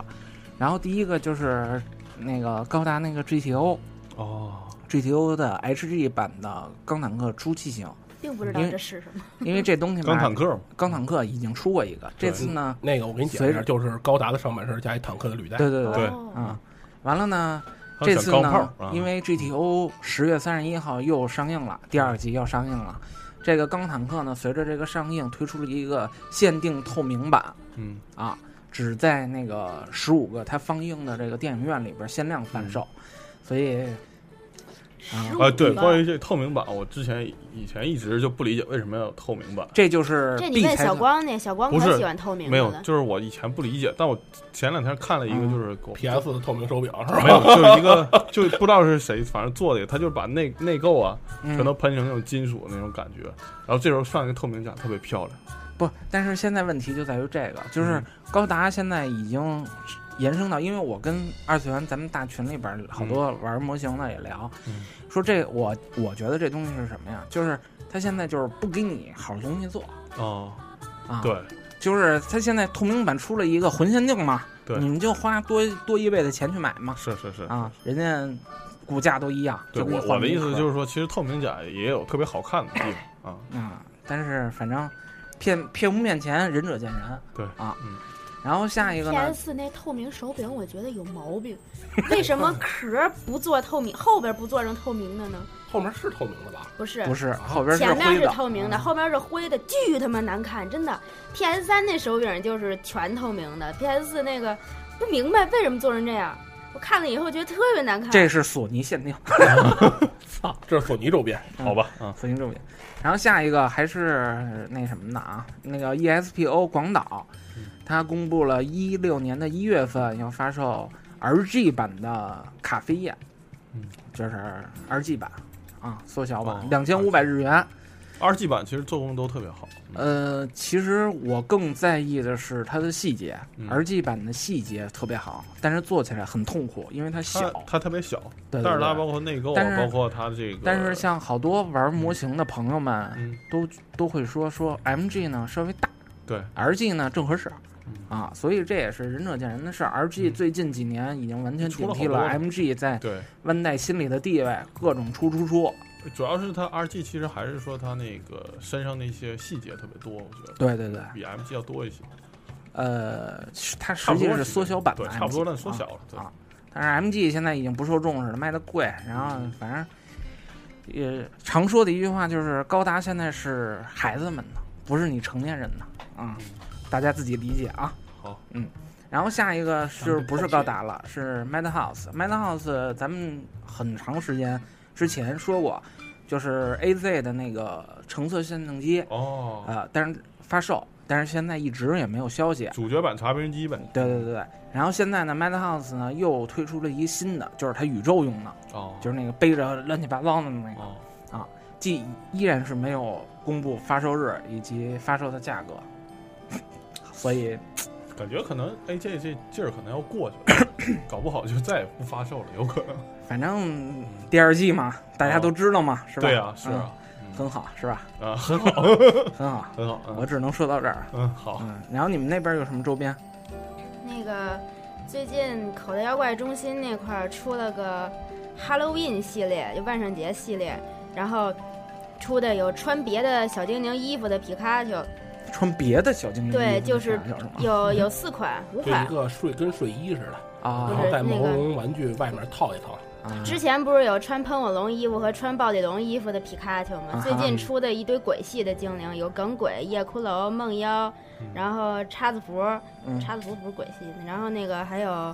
然后第一个就是那个高达那个 GTO 哦， GTO 的 HG 版的钢坦克初期型，并不知道因为这是什么。因为这东西吧刚坦克嘛，钢坦克已经出过一个，这次呢，那个我给你解随释，着就是高达的上半身加一坦克的履带，对对对，对哦啊、完了呢，还这有次小钢呢炮，啊，因为 GTO 十月三十一号又上映了，第二集要上映了。这个钢坦克呢，随着这个上映，推出了一个限定透明版嗯，啊，只在那个十五个它放映的这个电影院里边限量贩售，嗯所以15啊，对，吧关于这透明版，我之前以前一直就不理解为什么要有透明版，这就是这 B 你问才小能光那，小光不是可喜欢透明没的有，了。就是我以前不理解，但我前两天看了一嗯个，就是狗 PS 的透明手表是吧？没有，就是一个就不知道是谁，反正做的，他就是把内内构啊嗯全都喷成那种金属那种感觉，然后这时候上一个透明甲特别漂亮，不，但是现在问题就在于这个，就是嗯高达现在已经延伸到，因为我跟二次元咱们大群里边儿好多玩模型的也聊，嗯说这我我觉得这东西是什么呀？就是他现在就是不给你好东西做哦，啊，，对，就是他现在透明版出了一个魂限定嘛，对你们就花多多一倍的钱去买嘛，是是是。啊，人家股价都一样，对就给我你我换的一意盒思就是说，其实透明甲也有特别好看的地方 啊，嗯，但是反正骗骗不骗钱，仁者见仁，对啊，嗯然后下一个呢 PS 四那透明手柄，我觉得有毛病，为 什么壳不做透明，后边不做成透明的呢？后面是透明的吧？不是，啊不是后边前面灰是的，嗯透明的，后面是灰的，巨他妈难看，真的。PS 三那手柄就是全透明的，PS 四那个不明白为什么做成这样，我看了以后觉得特别难看。这是索尼限定，这是索尼周边，好吧，啊，索尼周边。然后下一个还是那什么的啊，那个 ESPO 广岛，嗯它公布了一六年的一月份要发售 RG 版的咖啡液，嗯，就是 RG 版啊，缩小版哦，两千五百日元。二 G 版其实做工都特别好，嗯呃，其实我更在意的是它的细节、嗯 r g 版的细节特别好，但是做起来很痛苦，因为它小。它它特别小，对对但是它对包括呃内购但是啊，包括它这个，但是像好多玩模型的朋友们，嗯都都会说说 MG 呢稍微大，对，RG 呢正合适嗯，啊，所以这也是仁者见仁的事儿。RG 最近几年已经完全顶替出了好多 MG 在对，万代心里的地位，各种出出出。主要是它 R G 其实还是说它那个身上那些细节特别多，我觉得对对对，比 M G 要多一些，呃，是它实差不际多是其实缩小版的对， MG，差不多但缩啊小了，对啊但是 MG 现在已经不受重视了，卖的贵，然后嗯反正也常说的一句话就是高达现在是孩子们的，不是你成年人的啊，大家自己理解啊。嗯好，嗯。然后下一个是不是高达了？是 Madhouse，Madhouse，咱们很长时间之前说过，就是 AZ 的那个橙色战斗机哦，呃，但是发售，但是现在一直也没有消息。啊主角版查别人机呗。对对对对，然后现在呢，Madhouse 呢又推出了一新的，就是它宇宙用的，哦，就是那个背着乱七八糟的那个、啊，既依然是没有公布发售日以及发售的价格，所以感觉可能 A J 这劲儿可能要过去了，搞不好就再也不发售了，有可能。反正第二季嘛，大家都知道嘛，是吧？哦对啊是啊嗯很好，是吧？啊，很好很好，很 好 嗯我只能说到这儿。嗯，好。嗯，然后你们那边有什么周边？那个最近口袋妖怪中心那块儿出了个 Halloween 系列，就万圣节系列，然后出的有穿别的小精灵衣服的皮卡丘，穿别的小精灵对，衣服就是那啥叫什么有有四款五就款啊嗯一。个睡跟睡衣似的啊然后在毛不是那个绒玩具外面套一套。嗯之前不是有穿喷火龙衣服和穿暴力龙衣服的皮卡丘啊哈吗？最近出的一堆鬼系的精灵，有耿鬼、夜骷髅、梦妖，嗯然后叉子符嗯，叉子符不是鬼系的，然后那个还有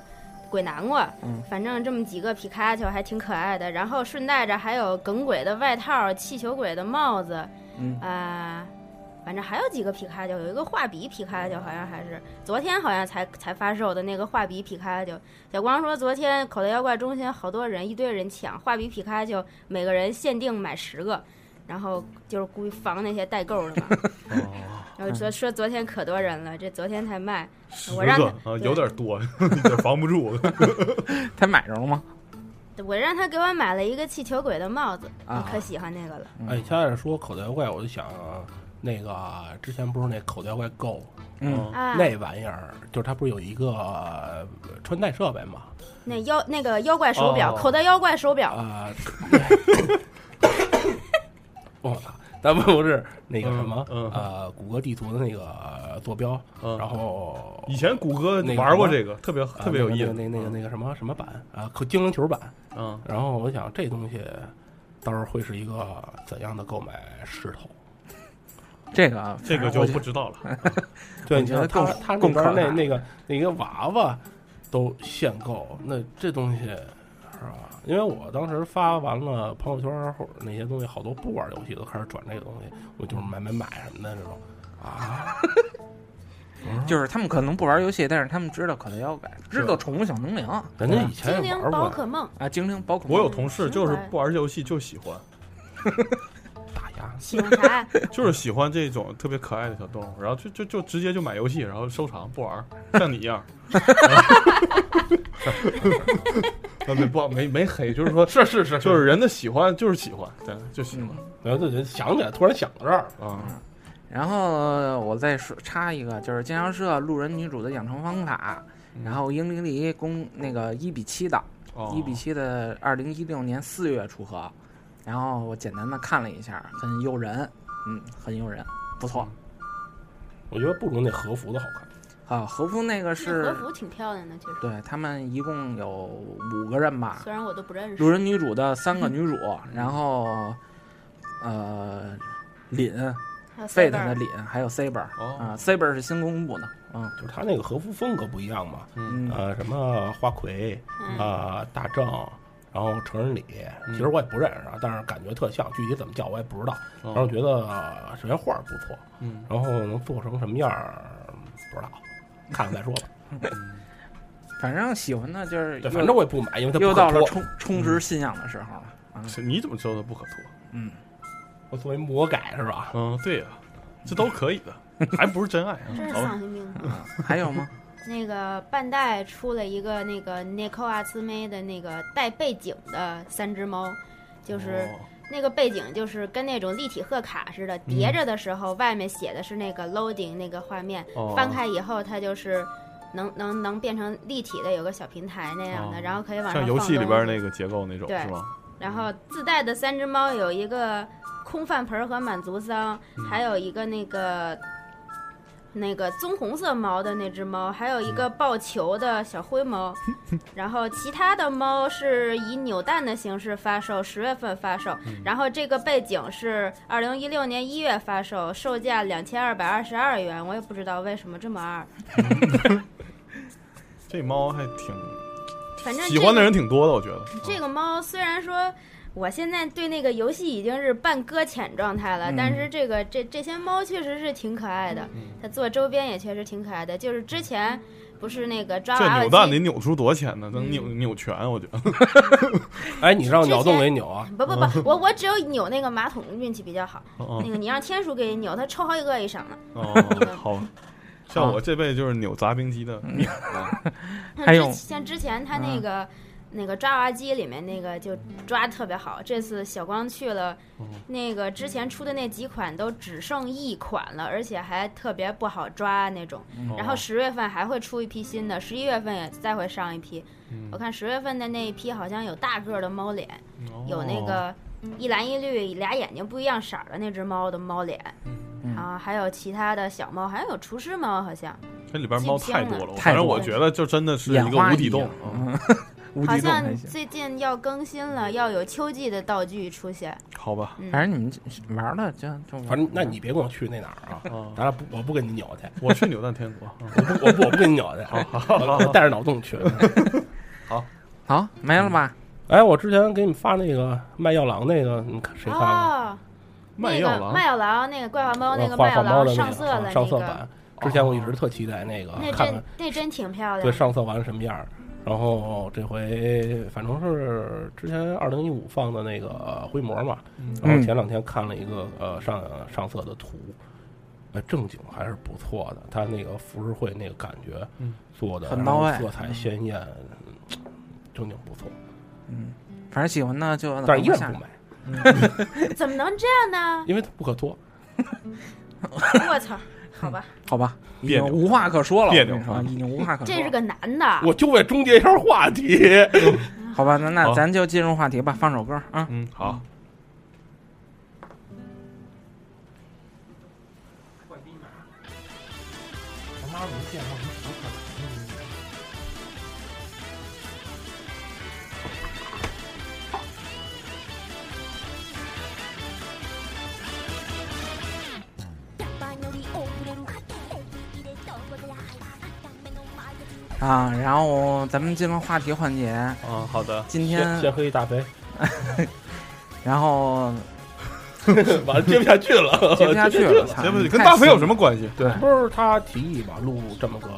鬼南瓜，嗯反正这么几个皮卡丘还挺可爱的。然后顺带着还有耿鬼的外套、气球鬼的帽子，嗯啊、反正还有几个皮卡丘，有一个画笔皮卡丘，好像还是昨天好像才才发售的那个画笔皮卡丘。小光说昨天口袋妖怪中心好多人，一堆人抢画笔皮卡丘，每个人限定买十个，然后就是故意防那些代购 的嘛。然后说说昨天可多人了，这昨天才卖，十我让个他啊，有点多， 有点防不住。他买着了吗？我让他给我买了一个气球鬼的帽子，啊我可喜欢那个了。嗯哎，现在说口袋妖怪，我就想那个之前不是那口袋妖怪 Go，嗯啊那玩意儿就是它不是有一个呃穿戴设备嘛？那妖那个妖怪手表，哦口袋妖怪手表，啊， 忘了，啊咱们不是那个什么嗯呃谷歌地图的那个坐标，然后 以前谷歌那玩过什么这个特别啊嗯特别有意思那个那个那个那个什么什么版啊，可精灵球版，嗯，然后我想这东西到时候会是一个怎样的购买势头？这个这个就不知道嗯了。对，我你觉像得他更他那更边可那怕那个那个娃娃都限购，那这东西是吧？因为我当时发完了朋友圈儿或者那些东西，好多不玩游戏都开始转这个东西，我就是买买买什么的这种啊。就是他们可能不玩游戏，但是他们知道口袋妖怪，知道宠物小精灵，人家以前精灵宝 可梦，啊，精灵宝可梦。我有同事就是不玩游戏就喜欢， 喜欢 啥？就是喜欢这种特别可爱的小动物，然后就就就直接就买游戏，然后收藏 不玩，像你一样。 啊， 没不没没黑，就是说，是是是，就是人的喜欢就是喜欢，对，就喜欢。然后就想起来，突然想到这儿啊，然后我再说插一个，就是经销社路人女主的养成方法，然后英灵里公那个一比七的，嗯哦一比七的，二零一六年四月出盒，然后我简单的看了一下，很诱人，嗯，很诱人，不错。我觉得不如那和服的好嗯看。啊，和服那个是那和服挺漂亮的，其实。对他们一共有五个人吧，虽然我都不认识。路人女主的三个女主，嗯然后呃，凛还有啊 Saber ，Fate 的凛，还有 Saber 哦啊，Saber 是新公布的，嗯，就是他那个和服风格不一样嘛，嗯呃，什么花魁嗯啊、大正，然后成人礼，嗯其实我也不认识啊，但是感觉特像，具体怎么叫我也不知道。哦嗯然后觉得呃首先画儿不错，嗯，然后能做成什么样儿不知道，看看再 说吧。反正喜欢的就是对又，反正我也不买因为它不又可嗯到了脱充充值信仰的时候了。啊是你怎么知道它不可啊脱？嗯，我作为魔改是吧？嗯，对呀、这都可以的，还不是真爱啊？真是好吧丧心病狂。啊还有 吗？那个半代出了一个那个 n i c o 阿兹妹的那个带背景的三只猫，就是哦那个背景就是跟那种立体贺卡似的，嗯叠着的时候外面写的是那个 loading 那个画面哦，翻开以后它就是能能能变成立体的，有个小平台那样的，然后可以往上哦像游戏里边那。那个结构那种对是吗？然后自带的三只猫有嗯一个空饭盆儿和满足桑，还有一个那个那个棕红色毛的那只猫，还有一嗯个抱球的小灰 猫，然后其他的猫是以扭蛋的形式发售，十月份发售，嗯然后这个背景是二零一六年一月发售，售价两千二百二十二元，我也不知道为什么这么二，这猫还挺反正喜欢的这个人挺多的，我觉得。嗯这个猫虽然说我现在对那个游戏已经是半搁浅状态了，嗯但是这个这这些猫确实是挺可爱的，它做周边也确实挺可爱的。就是之前不是那个抓这娃嗯扭娃蛋机，得扭出多少钱呢？能扭扭全，我觉得。嗯哎，你让鸟洞给扭啊不不不，我我只有扭那个马桶运气比较好。哦那个你让天叔给你扭，他抽好几个以上了。哦， 好，啊像我这辈子就是扭砸冰机嗯的命啊。像还有嗯嗯之像之前他那个、那个抓娃娃机里面那个就抓得特别好，这次小光去了，哦那个之前出的那几款都只剩一款了，而且还特别不好抓那种。哦嗯然后十月份还会出一批新的，十一月份也再会上一批。嗯我看十月份的那一批好像有大个儿的猫脸，哦有那个一蓝一绿俩眼睛不一样色儿的那只猫的猫脸，嗯啊，还有其他的小猫，还有厨师猫好像。这里边猫太多了，太多反正了我觉得就真的是一眼个花无底一洞样嗯啊。 无好底洞像还行。最近要更新了，要有秋季的道具出现。好吧嗯反正你们这玩了就就玩反正那你别跟我去那哪儿啊，嗯咱俩不我不跟你扭去， 我去扭蛋天国，嗯我不我不我不跟你 扭去，我带着脑洞去。好，好没了吧？哎，我之前给你们发那个卖药郎那个，你看谁看了？哦，卖那药个郎卖药郎，那个怪花猫，那个呃画卖画药猫郎的那上色个了啊那上色个哦版，，之前我一直特期待那个那看看真那真挺漂亮。对上色完什么样儿。然后这回反正是之前二零一五放的那个呃灰模嘛，嗯然后前两天看了一个呃上上色的图，呃正经还是不错的，它那个浮世绘那个感觉嗯做的很嗯到位色彩鲜艳，正经不错。嗯，反正喜欢的就但是依然嗯下不来买。怎么能这样呢？ 因为它不可多。我操，好 吧，好吧，已别经扭无话可说了。别我跟扭你说，已经无话可说这是了。个男的。我就为终结一下话题。好吧，那那好咱就进入话题吧，放首歌啊。嗯，好。啊，然后咱们进入话题环节。嗯，好的。今天先先喝一大杯， 然后完了接不下去了，接不下去了，操对，不是他提议吧？录这么个，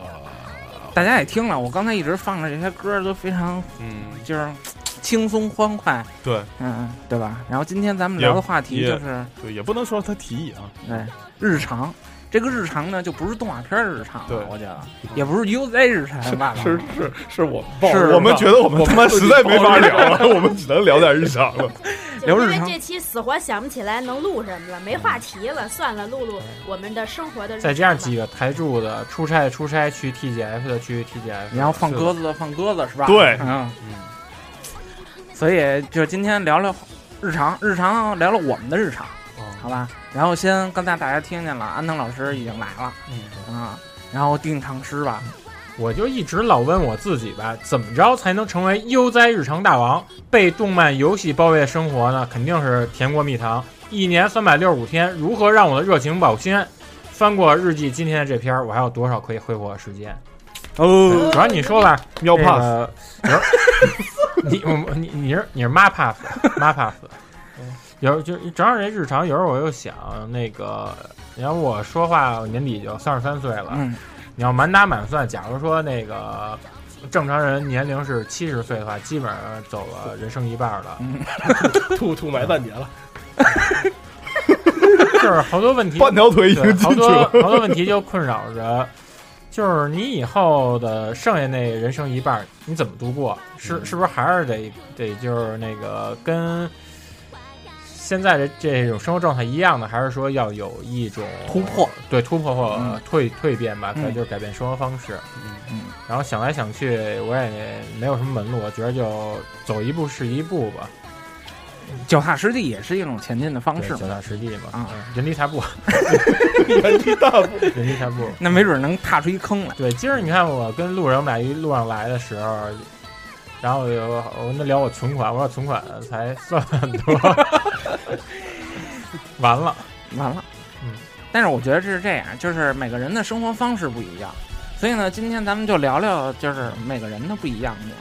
大家也听了，我刚才一直放着这些歌都非常，嗯，就是轻松欢快，对，嗯，对吧？然后今天咱们也聊的话题也就是，对，也不能说他提议啊，对日常。这个日常呢，就不是动画片儿日常对了，我觉得，也不是 UZ 日常吧，是是是我是我们觉得我们他妈实在没法聊 了，我们只能聊点日常了。就是因为这期死活想不起来能录什么了，没话题了，算了，录录我们的生活的日常吧。再加上几个台柱的，出差出差去 TGF 的去 TGF，然后放鸽子的放鸽子是吧？对嗯，嗯所以就今天聊聊日常，日常聊聊我们的日常，哦好吧？然后先刚才大家听见了，安藤老师已经来了，嗯啊，然后定唐诗吧，我就一直老问我自己吧，怎么着才能成为悠哉日常大王？被动漫、游戏包围的生活呢，肯定是甜国蜜糖。一年三百六十五天，如何让我的热情保鲜？翻过日记今天的这篇儿，我还有多少可以挥霍的时间？哦主要你说吧，喵 pass，你我你你是你是妈 pass 妈 pass，有时候就是正好这日常，有时候我又想那个，你要我说话，我年底就三十三岁了，嗯你要满打满算，假如说那个正常人年龄是七十岁的话，基本上走了人生一半了， 吐吐埋半年了。就是好多问题，半条腿已经对进好去了多 好多问题就困扰着，就是你以后的剩下那人生一半儿，你怎么度过？嗯是是不是还是得得就是那个跟现在的这种生活状态一样的，还是说要有一种突破？对，突破或嗯蜕蜕变吧，可嗯能就是改变生活方式。嗯，然后想来想去，我也没有什么门路，我觉得就走一步是一步吧。嗯脚踏实地也是一种前进的方式嘛对。脚踏实地嘛，嗯啊，人力踏步，原地踏步， 人力踏步，那没准能踏出一坑来。对，今儿你看我跟路人我们俩一路上来的时候，然后我就我跟他聊我存款，我说我存款才算很多， 完了，完了。嗯，但是我觉得是这样，就是每个人的生活方式不一样，所以呢，今天咱们就聊聊，就是每个人的不一样的。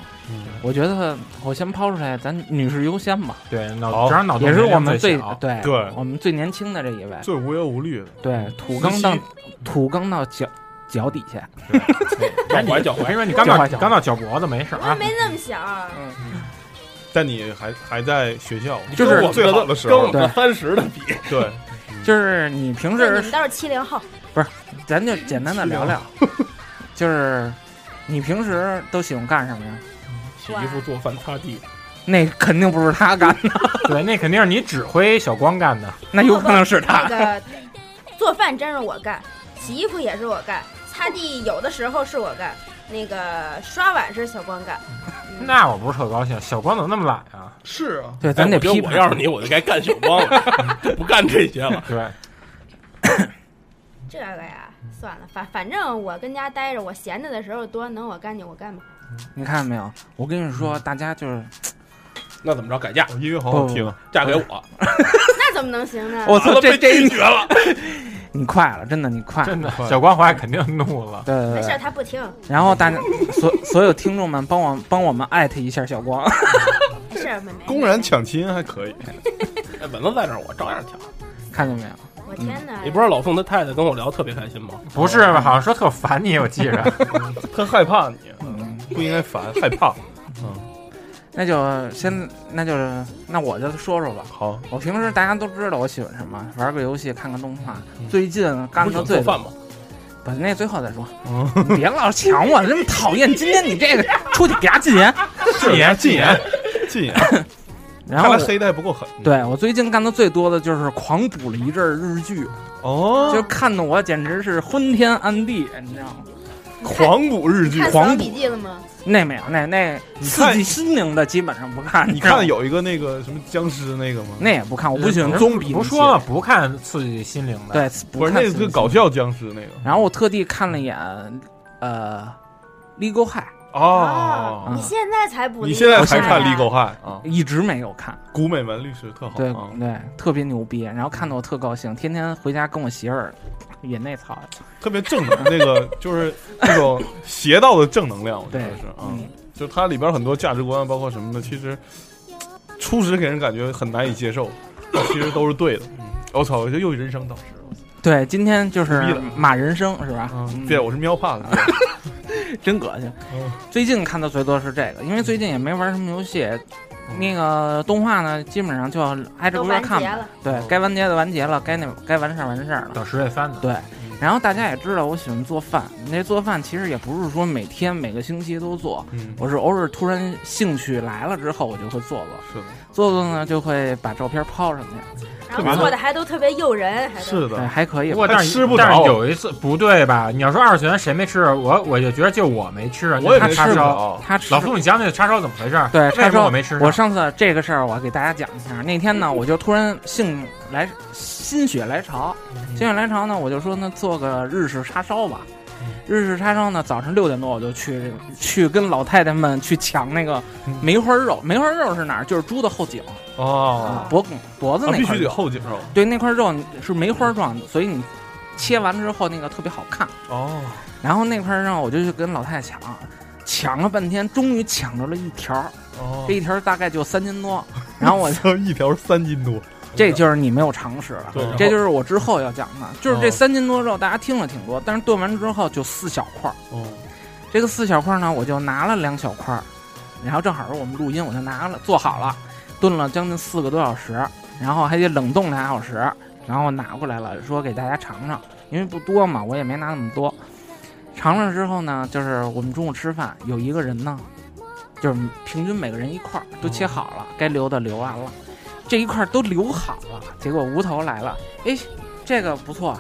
我觉得我先抛出来，咱女士优先吧。对，脑只要脑洞也是我最们 最小对对我们最年轻的这一位，最无忧无虑的，对土刚到土刚到脚脚底下，哎你我跟你说，你刚到刚到脚脖子没事我啊，没那么小，但你还还在学校，就是跟我最好的时候，对三十的比，对，就是你平对你时们都是七零后，不是，咱就简单的聊聊，就是你平时都喜欢干什么呀？洗衣服、做饭、擦地，那肯定不是他干的，对，那肯定是你指挥小光干的，那有可能是他那。个做饭真是我干，洗衣服也是我干，擦地有的时候是我干，那个刷碗是小光干。那我不是特高兴，小光怎么那么懒啊？是啊，对，咱得哎我批觉得我判。要是你，我就该干小光 了，就不干这些 了。对，这个呀，算了，反反正我跟家待着，我闲着的时候多，能我干就我干吧。你看见没有？我跟你说，大家就是那怎么着？改嫁，音乐好好听，啊嫁给我，那怎么能行呢？我操，这这拒绝了。你快了，真的你快了，真的， 小光回来肯定怒了。对对没事，对。他不听。然后大家所所有听众们，帮我帮我们艾特一下小光。 没事，没没。公然抢亲还可以，哎蚊子在那儿，我照样抢。看见没有？我天嗯哪！你不知道老宋他太太跟我聊得特别开心吗？不是吧？好像说特烦你，我记着。他害怕你，嗯不应该烦，害怕。那就先，那就是那我就说说吧。好，我平时大家都知道我喜欢什么，玩个游戏，看看动画。最近干的不是最做饭吗？不，那最后再说。你别老抢我，这么讨厌！今天你这个出去给他禁言。禁言，禁言。禁言，然看后来黑的还不够狠。对我最近干的最多的就是狂补了一阵儿日剧，哦，就看的我简直是昏天暗地，你知道吗？狂补日剧，看狂扫补笔记了吗？那没有，那那你刺看激心灵的基本上不看。你知道吗看有一呃个那个什么僵尸那个吗？嗯那也不看，我 不 喜欢中棕笔。不说了，，不看刺激心灵的。对，不是看那刺激个搞笑僵尸那个然后我特地看了一眼，呃，Legal High，哦，你现在才补？你现在啊我才现看《在李狗汉》啊？一直没有看，古美门律师特好对啊，对，特别牛逼。然后看得我特高兴，天天回家跟我媳妇儿也那操，特别正能，那个 就是那种邪道的正能量，我觉得对是啊，嗯，就它里边很多价值观，啊包括什么的，其实初时给人感觉很难以接受，但其实都是对的。我操，我这又人生导师了，对，今天就牛是逼了马人生是吧？嗯对，我是喵怕的，真恶心嗯。最近看的最多是这个，因为最近也没玩什么游戏，嗯那个动画呢，基本上就要挨着都规划完看结吧了。。对该完结的完结了，该那该完事儿完事儿了。等十月番呢。对，然后大家也知道我喜欢做饭，那做饭其实也不是说每天每个星期都做，嗯，我是偶尔突然兴趣来了之后，我就会做做，是的，做做呢就会把照片抛上去，然后做的还都特别诱人，还都嗯是对，的，还可以不。过但是吃不着但是有一次不对吧？你要说二次元谁没吃？我我就觉得就我没吃啊。我也那没个吃叉烧。着，他吃老傅，你讲讲叉烧怎么回事？对为叉什么烧我没吃上？我上次这个事儿，我给大家讲一下。那天嗯呢，我就突然兴来心血来潮，嗯心血来潮呢，我就说那做个日式叉烧吧。嗯日式叉烧呢，早上六点多我就去去跟老太太们去抢那个嗯梅花肉。梅花肉是哪儿？就是猪的后颈哦，脖脖子啊那必块须得肉。后颈肉，对，那块肉是梅花状的，所以你切完之后那个特别好看。哦，然后那块肉我就去跟老太太抢，抢了半天，终于抢着了一条儿。哦这，一条大概就三斤多，然后我操， 一条三斤多，这就是你没有常识了，对然后这就是我之后要讲的，就是这哦三斤多肉大家听了挺多，但是炖完之后就四小块儿，哦，这个四小块儿呢我就拿了两小块儿，然后正好是我们录音，我就拿了做好了，炖了将近四个多小时，然后还得冷冻俩小时，然后拿过来了说给大家尝尝，因为不多嘛，我也没拿那么多。尝了之后呢，就是我们中午吃饭，有一个人呢，就是平均每个人一块儿都哦切好了，该留的留完了，这一块儿都留好了。结果无头来了，哎，这个不错，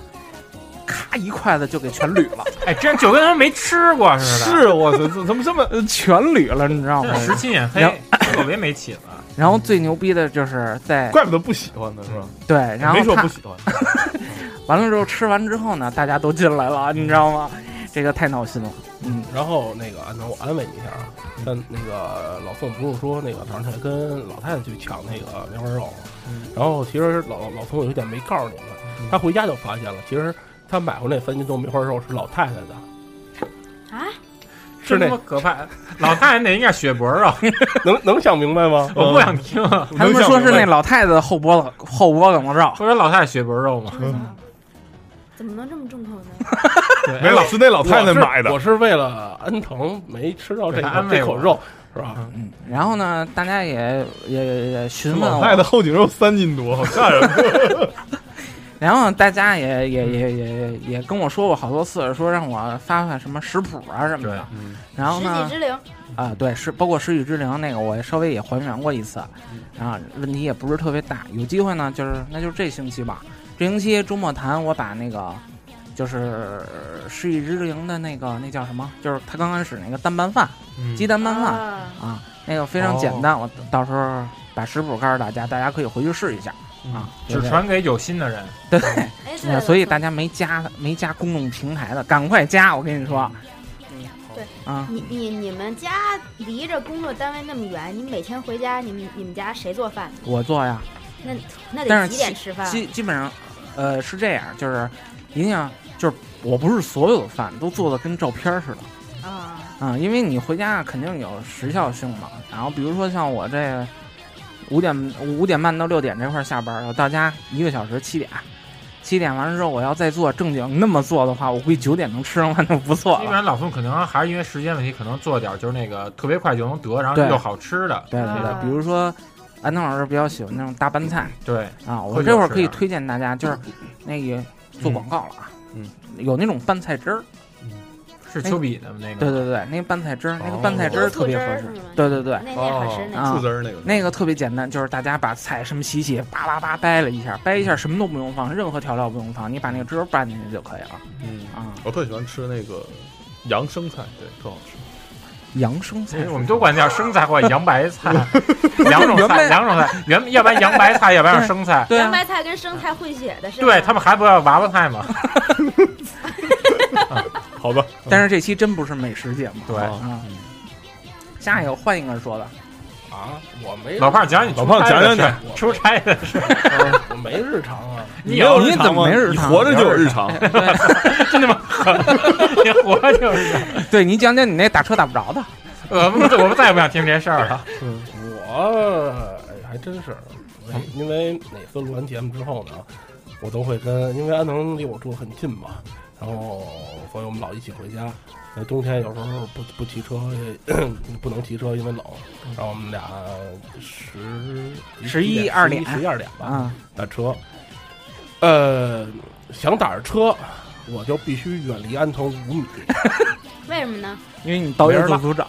咔一筷子就给全捋 了，哎，真就跟他们没吃过似的。是我操，怎么这么全捋了，你知道吗这？是十七眼黑然后， 特别没起子。然后最牛逼的就是在怪不得不喜欢呢，是吧？对，然后没说他不喜欢，完了之后吃完之后呢，大家都进来了，你知道吗？这个太闹心了。嗯，然后那个安东，我安慰你一下啊，但那个老宋不是说那个早上起来跟老太太去抢那个凉拌肉吗？然后其实老老宋有一点没告诉你们，他回家就发现了，其实他买回来三斤多梅花肉是老太太的，啊，是这那他妈可怕！老太太那应该雪脖 啊， 能能想明白吗？嗯我不想听啊。哎他们说是那老太太的后脖子后脖梗子罩，不是老太太雪脖肉吗？嗯怎么能这么重口呢？对没有是那老太太买的我是我是为了安藤没吃到这给他个安慰这口我肉，是吧？嗯，然后呢，大家也也也也询问老我太太后颈肉三斤多，好吓人。然后大家也也也也也跟我说过好多次，说让我发发什么食谱啊什么的。然后十呢几，之灵，啊，对，是包括《食与之灵》那个，我也稍微也还原过一次，啊，问题也不是特别大。有机会呢，就是那就这星期吧，这星期周末谈，我把那个就是《食与之灵》的那个那叫什么，就是他刚开始那个蛋拌饭，鸡蛋拌饭啊啊，那个非常简单，我到时候把食谱告诉大家，大家可以回去试一下啊。只对传给有心的人。对，哎，对那了，嗯所以大家没加没加公众平台的，赶快加！我跟你说，对啊，你你你们家离着工作单位那么远，你每天回家，你们你们家谁做饭？我做呀。那那但得是几基点吃饭啊？基基本上，呃，是这样，就是一定要就是我不是所有的饭都做的跟照片儿似的啊，啊、因为你回家肯定有时效性嘛。然后比如说像我这五点五点半到六点这块儿下班儿，我到家一个小时七点。七点完了之后，我要再做正经那么做的话，我估计九点能吃上饭就不错基本了。上老宋可能还是因为时间问题，可能做点儿就是那个特别快就能得，然后对又好吃的。对对对，比如说安东老师比较喜欢那种大拌菜，对，啊，我会这有会儿吃可以的推荐大家，就是那个做广告了啊，嗯，有那种拌菜汁儿，是丘比的那个。哎对对对，那个拌菜汁儿，那个拌菜汁儿特别合适哦醋汁儿是吗，对对对，那那好吃哦那啊醋汁儿那个那个特别简单，就是大家把菜什么洗洗，叭叭叭掰了一下，掰一下什么都不用放，任何调料不用放，你把那个汁儿拌进去就可以了嗯，啊。我特喜欢吃那个洋生菜，对，特好吃。洋生菜因为哎我们都管叫生菜或者洋白 菜，两种原菜，本两种菜，原要不然洋白菜，要不然是生菜。对洋啊，白菜跟生菜混血的是吧？对他们还不要娃娃 菜吗？好吧，但是这期真不是美食节目，对，啊。下一个换一个说的，啊，我没老胖讲讲你老胖讲讲你你出差的事儿，我没日常啊，你没有有日怎常么吗？没日你常？ 活着就有日常。你活就是这样。对你讲讲你那打车打不着的，我们我们再也不想听这事儿了。我哎还真是，啊我因为每次录完节目之后呢，我都会跟，因为安能离我住得很近嘛，然后所以我们老一起回家。呃，冬天有时候不不骑车， 不能骑车，因为冷。然后我们俩十嗯十一几二点十一二点吧，啊，打车。呃，想打着车，我就必须远离安藤五米。为什么呢？因为你导没演人组了组长，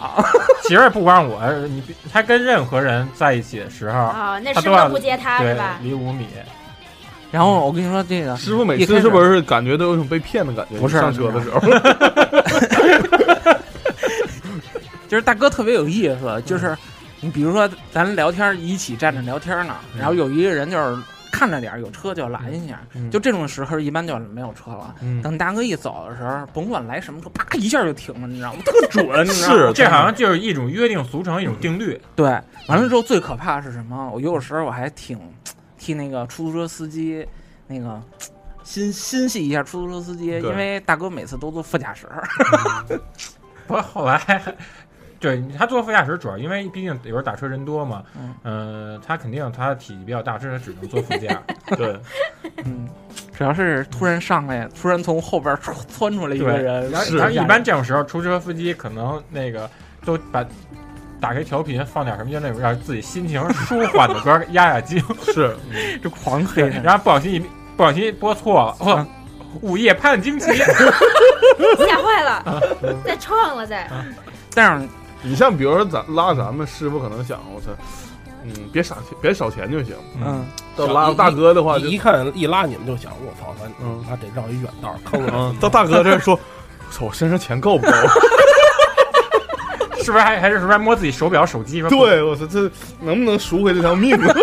其实不光我，你他跟任何人在一起的时候，啊，那他师都要傅不接他对是 吧？离五米，然后我跟你说这个师傅每一开次始是不是感觉都有种被骗的感觉？不是上车的时候，就是大哥特别有意思，就是你比如说咱聊天一起站着聊天呢，然后有一个人就是看着点儿有车就拦一下，就这种时候一般就没有车了。嗯等大哥一走的时候，甭管来什么车，啪一下就停了，你知道吗？ 特准，你知道吗？嗯这好像就是一种约定俗成，一种定律。对，完了之后最可怕的是什么？我有时候我还挺替那个出租车司机那个心心系一下出租车司机，对因为大哥每次都坐副驾驶。不过后来， 对他坐副驾驶，主要因为毕竟有时候打车人多嘛，嗯嗯、他肯定他体积比较大，所以他只能坐副驾。对，嗯，只要是突然上来，突然从后边窜窜出来一个对人，然后是然后一般这种时候，出租车司机可能那个都把。打开调频，放点什么就那种让自己心情舒缓的歌压压惊， 是就狂黑对，人，然后不小心一不小心播错了，哦，午夜盼惊奇，吓坏啊了，再撞了再。但是你像比如说咱拉咱们师傅，可能想我操，嗯，别少钱，别少钱就行。嗯，到拉大哥的话就 一一看一拉你们就想，我操，咱嗯妈得绕一远道儿坑了。 啊嗯，到大哥这儿说，我操，我身上钱够不够？是不是还还是是不是还摸自己手表、手机？说对，我操，这能不能赎回这条命啊？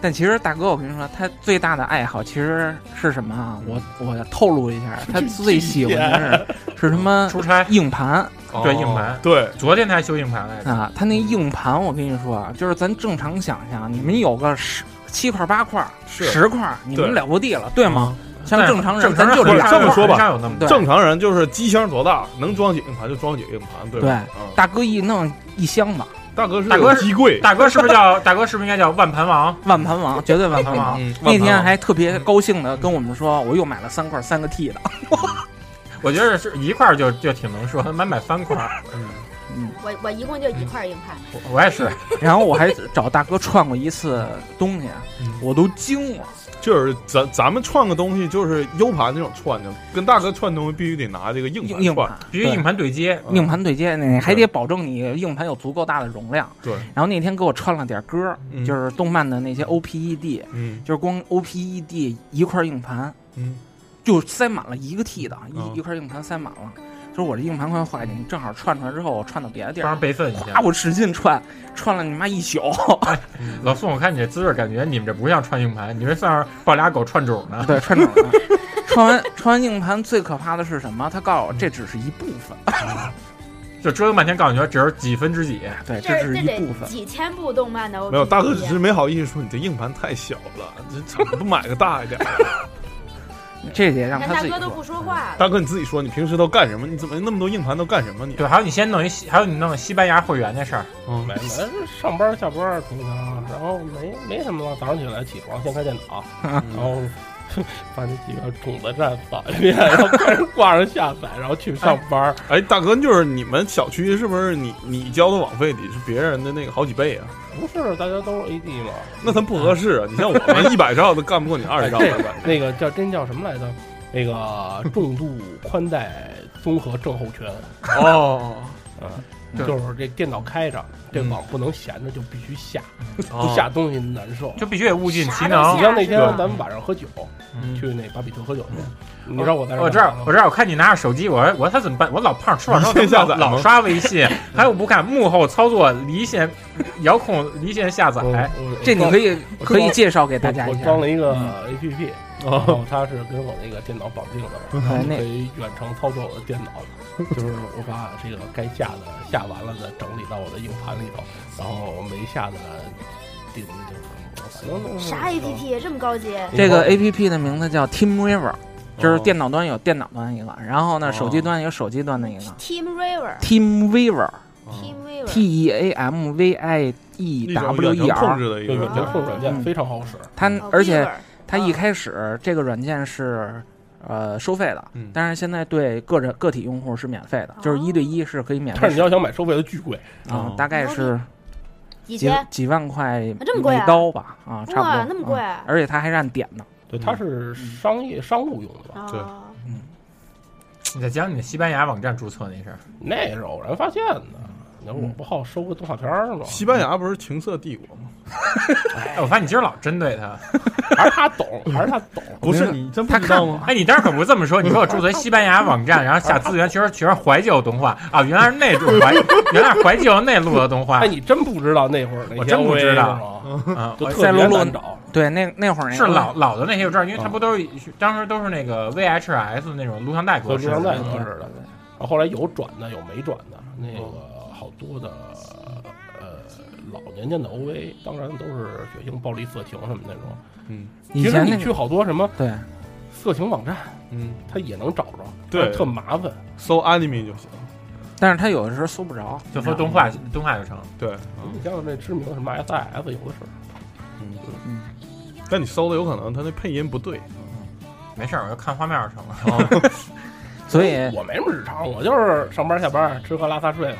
但其实大哥，我跟你说，他最大的爱好其实是什么啊？我我透露一下，他最喜欢的是是他妈出差硬盘，哦对硬 盘，对，昨天他还修硬盘来着。啊，他那硬盘，我跟你说啊，就是咱正常想象，你们有个十七块八块、是十块，你们对了不地了，对吗？像对正常人，正常咱人就很俩这么块说很少吧有那么，多正常人就是机箱多大，能装几个硬盘就装几个硬盘，对对吧？嗯，大哥一弄一箱子，大哥是大有哥机柜，大哥是不是叫大哥？是不是应该叫万盘王？万盘王，绝对万盘王。嗯那天万盘王还特别高兴的跟我们说，我又买了三块三个 T 的。我觉得是一块儿就就挺能说，他妈买三块儿。我我一共就一块硬盘，我我也是，然后我还找大哥串过一次东西，嗯我都惊了。就是咱咱们串个东西，就是 U 盘那种串的，跟大哥串东西必须得拿这个硬硬盘嗯盘串。必须硬盘对接。硬盘对接，你还得保证你硬盘有足够大的容量。对，然后那天给我串了点歌，嗯就是动漫的那些 OPED，嗯就是光 OPED 一块硬盘嗯，就塞满了一个 T 的，一、嗯一块硬盘塞满了。说我这硬盘快坏了，你正好串出来之后，我串到别的地帮儿人，备嗯份一啊，下。我使劲串，串了你妈一宿。老宋，我看你这姿势，感觉你们这不像串硬盘，你这像是抱俩狗串种呢。对，串场了。串啊完串完硬盘，最可怕的是什么？他告诉我这只是一部分，就折腾半天，告诉你说只是几分之几。 对，哎这这只是这一部得分。几千部动漫的 OP。没有，大哥只是没好意思说你这硬盘太小了，这怎么不买个大一点？这得让你看他大自己哥都做。不说话了，大哥你自己说，你平时都干什么？你怎么那么多硬盘都干什么？你啊对，还有你先弄一西，还有你弄西班牙会员那事儿，嗯 没，没上班下班平常，然后没没什么了。早上起来起床先开电脑，嗯然后 把那几个种子站扫一遍，然后开始挂上下载，然后去上 班。哎，大哥就是你们小区是不是你你交的网费得是别人的那个好几倍啊？不是大家都是 AD 嘛？那他不合适啊！你像我们一百兆都干不过你二十兆的，那个叫真叫什么来着？那个重度宽带综合症候群。哦， 嗯嗯，就是这电脑开着，这网不能闲着，就必须下，哦不下东西难受。就必须得物尽其啥都能嗯你行。像那天对咱们晚上喝酒，去那巴比特喝酒嗯去，你知道我在这儿我知干道嘛，吗我知道，我看你拿着手机，我说我说他怎么办？我老胖吃完之后你先下老载吗老刷微信，还有不看幕后操作离线遥控离线下载，哦我我哎这你装可以我可以装介绍给大家我一下嗯哦装。了一个 APP，然后它是跟我那个电脑绑定的嘛，然后嗯那可以远程操作我的电脑。 就是我把这个该下的下完了的整理到我的硬盘里头，然后没下的顶就是反正啥 APP 这么高级？这个 A P P 的名字叫 Team River，就是哦电脑端有电脑端一个，然后呢，哦手机端有手机端的一个。 Team River。 Team Viver，T Team Viver， E A M V I E 一 W 种 E 远程控 R，制的一有个远程控制软件嗯非常好使，它哦而且 Viver 它一开始这个软件是呃收费的嗯，但是现在对个人个体用户是免费的，就是哦一对一是可以免但费是你使要想买收费的巨贵，啊哦，大概是几几千，几万块一啊这么贵啊刀吧啊，差不哇多那么贵啊而且它还是按点的。对，它嗯是商业商务用的吧？对哦你再讲你的西班牙网站注册那事儿，那是偶然发现的。你说我不好收个动画片儿吗？嗯西班牙不是情色帝国吗？哎我发现你今儿老针对他。还是他懂，还是他懂。啊不是是你真不知道吗？哎，你当时可不是这么说，你说我注册西班牙网站，然后下资源全是全是怀旧动画啊，原来是那种怀，原来是怀旧那路的动画哎，你真不知道那会儿那些我真不知道 OVA 是吗，啊，就我特别难找。对，那那会儿那是个老老的那些我知道，因为它不都是当时都是那个 VHS 那种录像带格式录像带的，格式的。然后后来有转的，有没转的，那嗯个好多的呃老年间的 OVA，当然都是血腥、暴力、色情什么那种。嗯以其实前那你个去好多什么对色情网站，嗯它也能找着，对但是特麻烦。 ，so anime 就行。但是他有的时候搜不着，就说动画动画就成。对，嗯你像那知名什么 SIS 有的是，但你搜的有可能他那配音不对。没事儿，我就看画面就成了。所以哎我没什么日常，我就是上班下班，吃喝拉撒睡嘛，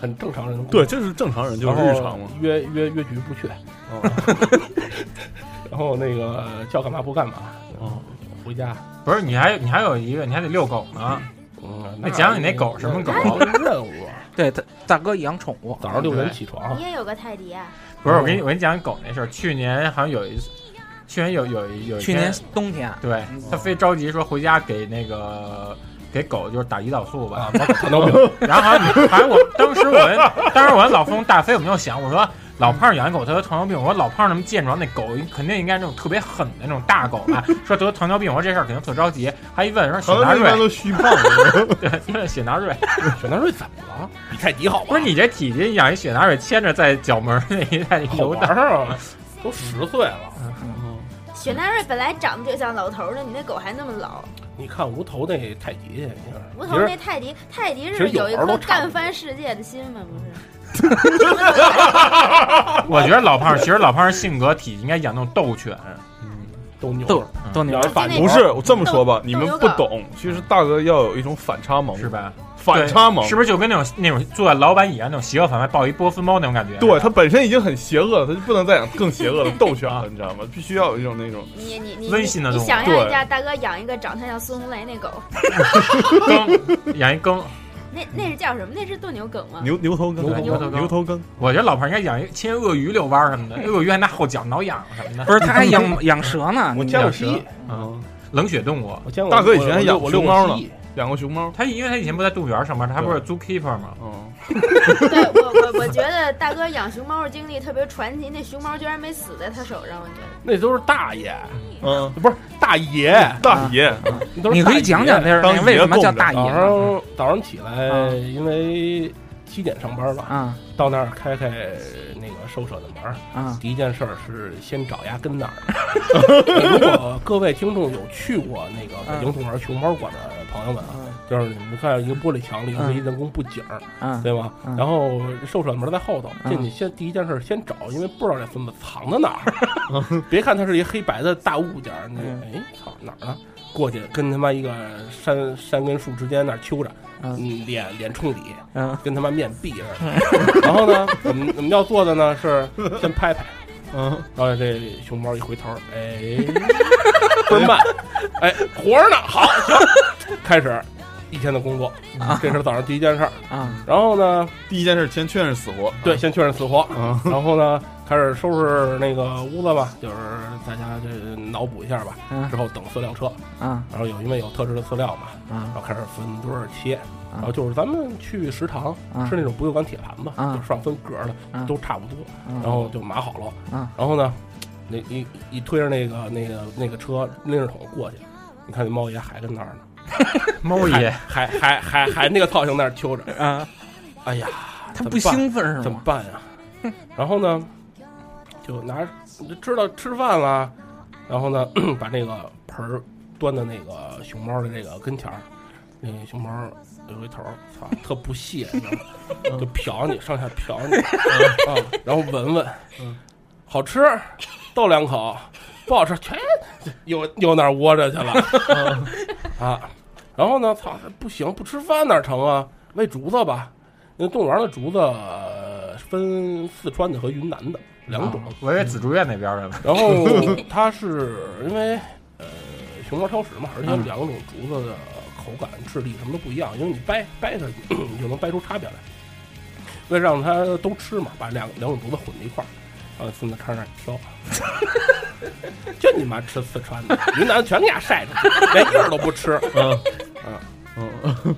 很正常人的故事。对，这是正常人，就是日常嘛。约约约局不去，然后那个呃叫干嘛不干嘛，哦，回家。不是，你还你还有一个，你还得遛狗呢。嗯那讲讲你那狗什么狗那那任务啊，对他大哥养宠物，早上六点起床你，也有个泰迪啊？不是，我给你我给你讲狗那事儿。去年好像有一次，去年有有一有一去嗯天年冬天啊对他非着急说回家给那个给狗就是打胰岛素啊 吧，糖尿病。然后还有还有我当时我跟当时我跟老冯大飞我们就想，我说老胖养一狗他得糖尿病，我说老胖那么健壮，那狗肯定应该那种特别狠的那种大狗吧？说得糖尿病，我说这事儿肯定特着急。还一问说糖雪纳尿病一般，瑞都 虚胖了啊对，问雪纳瑞，雪纳瑞怎么了？比泰迪好吧？ 不是你这体积养一雪纳瑞牵着在角门儿那一带游荡，都十岁了，嗯雪纳瑞本来长得就像老头儿的，你那狗还那么老。你看无头那泰迪去，你看无头那泰迪，泰迪其是实有有一毛颗都差不干翻世界的心嘛，不是？我觉得老胖其实老胖性格体应该养那种斗犬，斗牛斗斗你要是反不是我这么说吧，你们不懂，其实大哥要有一种反差萌，是吧？反差萌是不是就跟那种那种坐在老板椅上那种邪恶反派抱一波斯猫那种感觉？对他本身已经很邪恶了，他就不能再养更邪恶的斗犬了，你知道吗？必须要有一种那种你你你温馨的你动物想象一对下，大哥养一个长得像孙红雷那狗， 养一耕那那是叫什么？那是斗牛梗吗？牛头羹牛头牛头羹。我觉得老胖应该养一牵鳄鱼遛弯儿 什么的，鳄鱼还拿后脚挠痒什么的。不是他 还养养蛇呢，我你见过养蛇蜥嗯，冷血动物。我见过大哥以前还养我过遛熊过猫呢蜥蜴，养过熊猫。他因为他以前不在动物园上班，他不是 zookeeper 吗？嗯，对我我我觉得大哥养熊猫的经历特别传奇，那熊猫居然没死在他手上，我觉得。那都是大爷，嗯，不是大爷，大爷，都是你可大以爷讲讲这是当为什么爷供着叫哦大爷早呢上早上起来，啊因为七点上班吧，啊，到那儿开开那个兽舍的门儿啊第一件事儿是先找牙根那儿。如果各位听众有去过那个北京动物园熊猫馆的朋友们啊，就是你们看一个玻璃墙里是一人工布景儿，嗯对吗？嗯然后兽舍门在后头，嗯进去先第一件事先找，因为不知道这孙子藏在哪 儿。别看它是一黑白的大物件儿，你嗯哎操哪儿呢？过去跟他妈一个山山跟树之间那儿揪着，啊嗯，脸脸冲里，跟他妈面壁似的。 然后呢，我们我们要做的呢是先拍拍，嗯，然后这熊猫一回头，哎，倍儿慢，哎，活着呢，好，行，开始一天的工作，这是早上第一件事儿啊。然后呢，第一件事先确认死活，对，先确认死活，然后呢，开始收拾那个屋子吧，就是大家这脑补一下吧嗯，之后等饲料车，啊然后有因为有特制的饲料嘛，啊然后开始分多少切，然后就是咱们去食堂啊吃那种不锈钢铁盘子，就上分格的，都差不多，然后就码好了，啊然后呢，那一一推着那个那个那个车拎着桶过去，你看那猫爷还跟那儿呢，猫爷还还还还那个造型那儿揪着啊，哎呀，他怎不么办兴奋是吗怎么办呀？ 然后呢，就拿就知道吃饭了，然后呢 把那个盆儿端到那个呃熊猫的这个跟前儿，那个熊猫有一头儿，操，特不屑，你知道吗 就瞟你上下瞟你，啊，然后闻闻，嗯好吃，逗两口，不好吃，全又又那儿窝着去了，嗯啊，然后呢，操，不行，不吃饭哪成啊？喂竹子吧，那动物园的竹子呃分四川的和云南的两种，啊我以为紫竹院那边的呢。然后它是因为呃熊猫挑食嘛，而且两种竹子的口感、质地什么都不一样，因为你掰掰它， 你就能掰出差别来。为了让它都吃嘛，把两两种竹子混在一块儿，然后孙子开始那儿挑， 就你妈吃四川的，云南全给它晒着，连叶儿都不吃。嗯嗯嗯，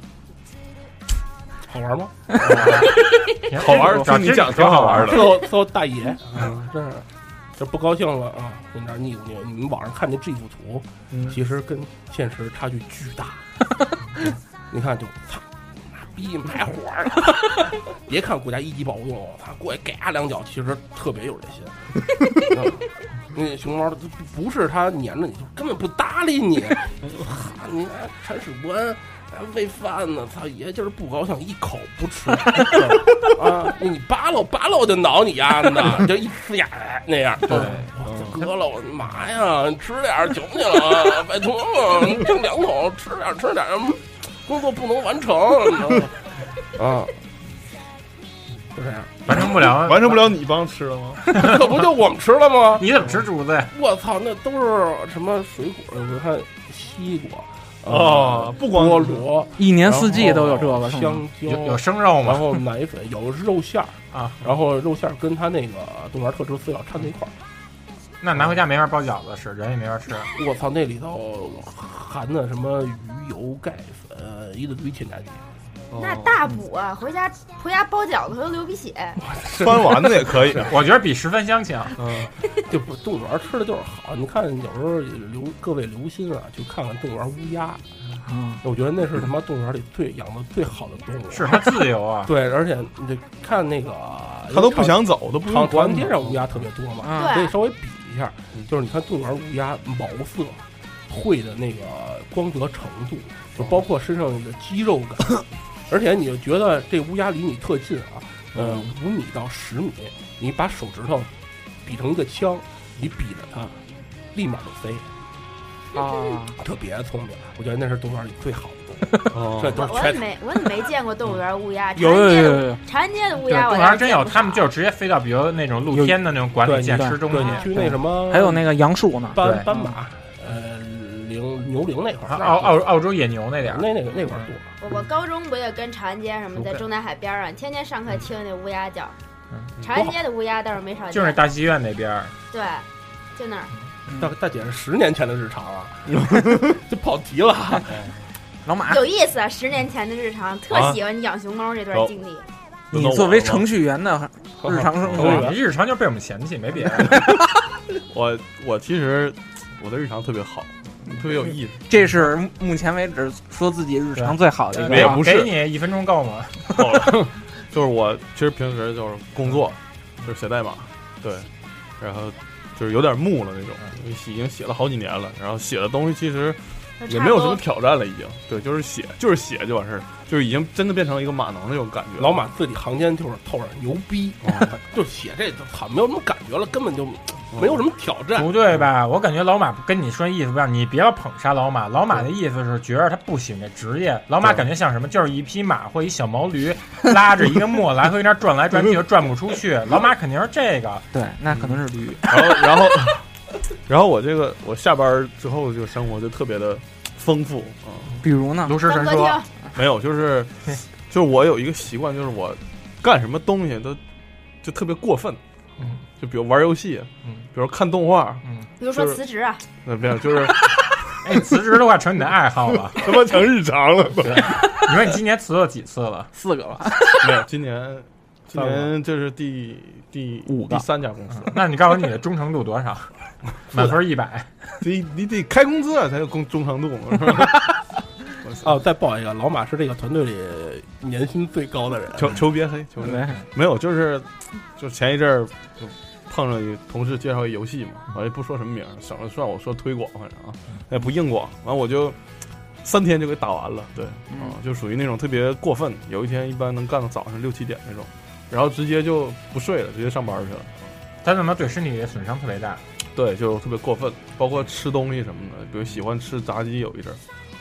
好玩吗？ 好玩 儿听你讲挺好玩儿的最后最后大爷啊，真是这不高兴了啊，跟那儿腻咕腻咕。你们网上看那 G 幅嗯图，其实跟现实差距巨大。嗯你看就操，妈逼卖火了！ 别看国家一级保护动物，他过去给他两脚，其实特别有人心。嗯那熊猫不是它粘着你，就根本不搭理你。哈，你还铲屎官。还喂饭呢，操爷就是不高兴，一口不吃 啊！你扒拉扒拉我就挠你丫的， 你就一呲牙那样。对，嗯割了我妈呀！你吃点儿行不行啊？拜托嘛，你蒸两口，吃点儿吃点儿，嗯工作不能完成。你知道吗啊，就这样，完成不了，啊 完成不了你帮吃了 吗？ 可不就我们吃了吗？你怎么吃竹子呀？我操，那都是什么水果？我看西瓜。呃哦不光菠萝，一年四季都有这个是吗香蕉有有生肉吗然后奶粉有肉馅儿啊，然后肉馅儿跟它那个动物园特制饲料掺在一块儿。那拿回家没法包饺子吃，人也没法吃。我操，那里头含的什么鱼油、钙粉、一大堆添加剂。哦那大补啊！回家回家包饺子都流鼻血。酸丸子也可以我觉得比十分香强。嗯，就不动物园吃的就是好。你看，有时候留各位留心啊，去看看动物园乌鸦。嗯，我觉得那是他妈动物园里最养的最好的动物，是它自由啊对，而且你得看那个，它都不想走都不用长管长街上乌鸦特别多嘛，啊对所以稍微比一下，嗯就是你看动物园乌鸦毛色、喙的那个光泽程度，就包括身上的肌肉感，而且你就觉得这乌鸦离你特近啊，呃，五米到十米，你把手指头比成一个枪，你比着它，立马就飞。啊，特别聪明，我觉得那是动物园里最好 的动物，这我都是我也全没我也没见过动物园乌鸦，有有有有有长安街的乌 对，鸦哎我动物倒是园真见有，过他们就直接飞到比如那种露天的那种馆里见吃东西。去那什么，还有那个杨树呢，斑对斑马，呃，羚牛羚那块儿，啊啊澳澳澳洲野牛那点儿，那那个那块儿多。我我高中不也跟长安街什么在 OK 中南海边上，天天上课听那乌鸦叫。嗯长安街的乌鸦倒是没少见，就是那大戏院那边儿，对，就那儿。大大姐是十年前的日常 啊，就跑题了。哎老马有意思啊！十年前的日常，啊特喜欢养熊猫这段经历。你作为程序员的日常生活，你日常就被我们嫌弃，没别的。我我其实我的日常特别好，嗯特别有意 思。这是目前为止说自己日常最好的一个。也不是给你一分钟够 吗？够了，就是我其实平时就是工作，就是写代码，对，然后就是有点木了那种，嗯因为已经写了好几年了，然后写的东西其实也没有什么挑战了，已经，对，就是写，就是写就完事儿，就是已经真的变成了一个码农那种感觉。老马字里行间就是透着牛逼，哦就写这都好没有什么感觉了，根本就没有什么挑战。哦不对吧？我感觉老马跟你说意思不一样，你别要捧杀老马。老马的意思是觉得他不喜欢这职业，老马感觉像什么，就是一匹马或一小毛驴拉着一个磨来回那儿转来转去，又转不出去。老马肯定是这个，对，那可能是驴。然后，然后， 然后我这个我下班之后这个生活就特别的丰富啊。比如呢，炉石传说当歌没有， 就是就是我有一个习惯，就是我干什么东西都就特别过分，嗯，就比如玩游戏，嗯，比如看动画，嗯，比如说就是辞职啊，那没有， 就是哎，辞职的话成你的爱好了，他妈成日常了都。你说你今年辞了几次了？四个吧。没 有，今年今三个年这是第第五第三家公 司，啊那你告诉我你的忠诚度多少？满分一百，你你得开工资啊才有工忠诚度嘛。 是吧哦，再报一个，老马是这个团队里年薪最高的人。求求别黑，求别黑。没有，就是就前一阵儿就碰上一同事介绍一游戏嘛，我也不说什么名儿，省得算我说推广，反正啊，也不硬广。完我就三天就给打完了，对，嗯啊，嗯就属于那种特别过分，有一天一般能干到早上六七点那种，然后直接就不睡了，直接上班去了。他怎么对身体的损伤特别大？对，就特别过分，包括吃东西什么的，比如喜欢吃炸鸡，有一阵儿，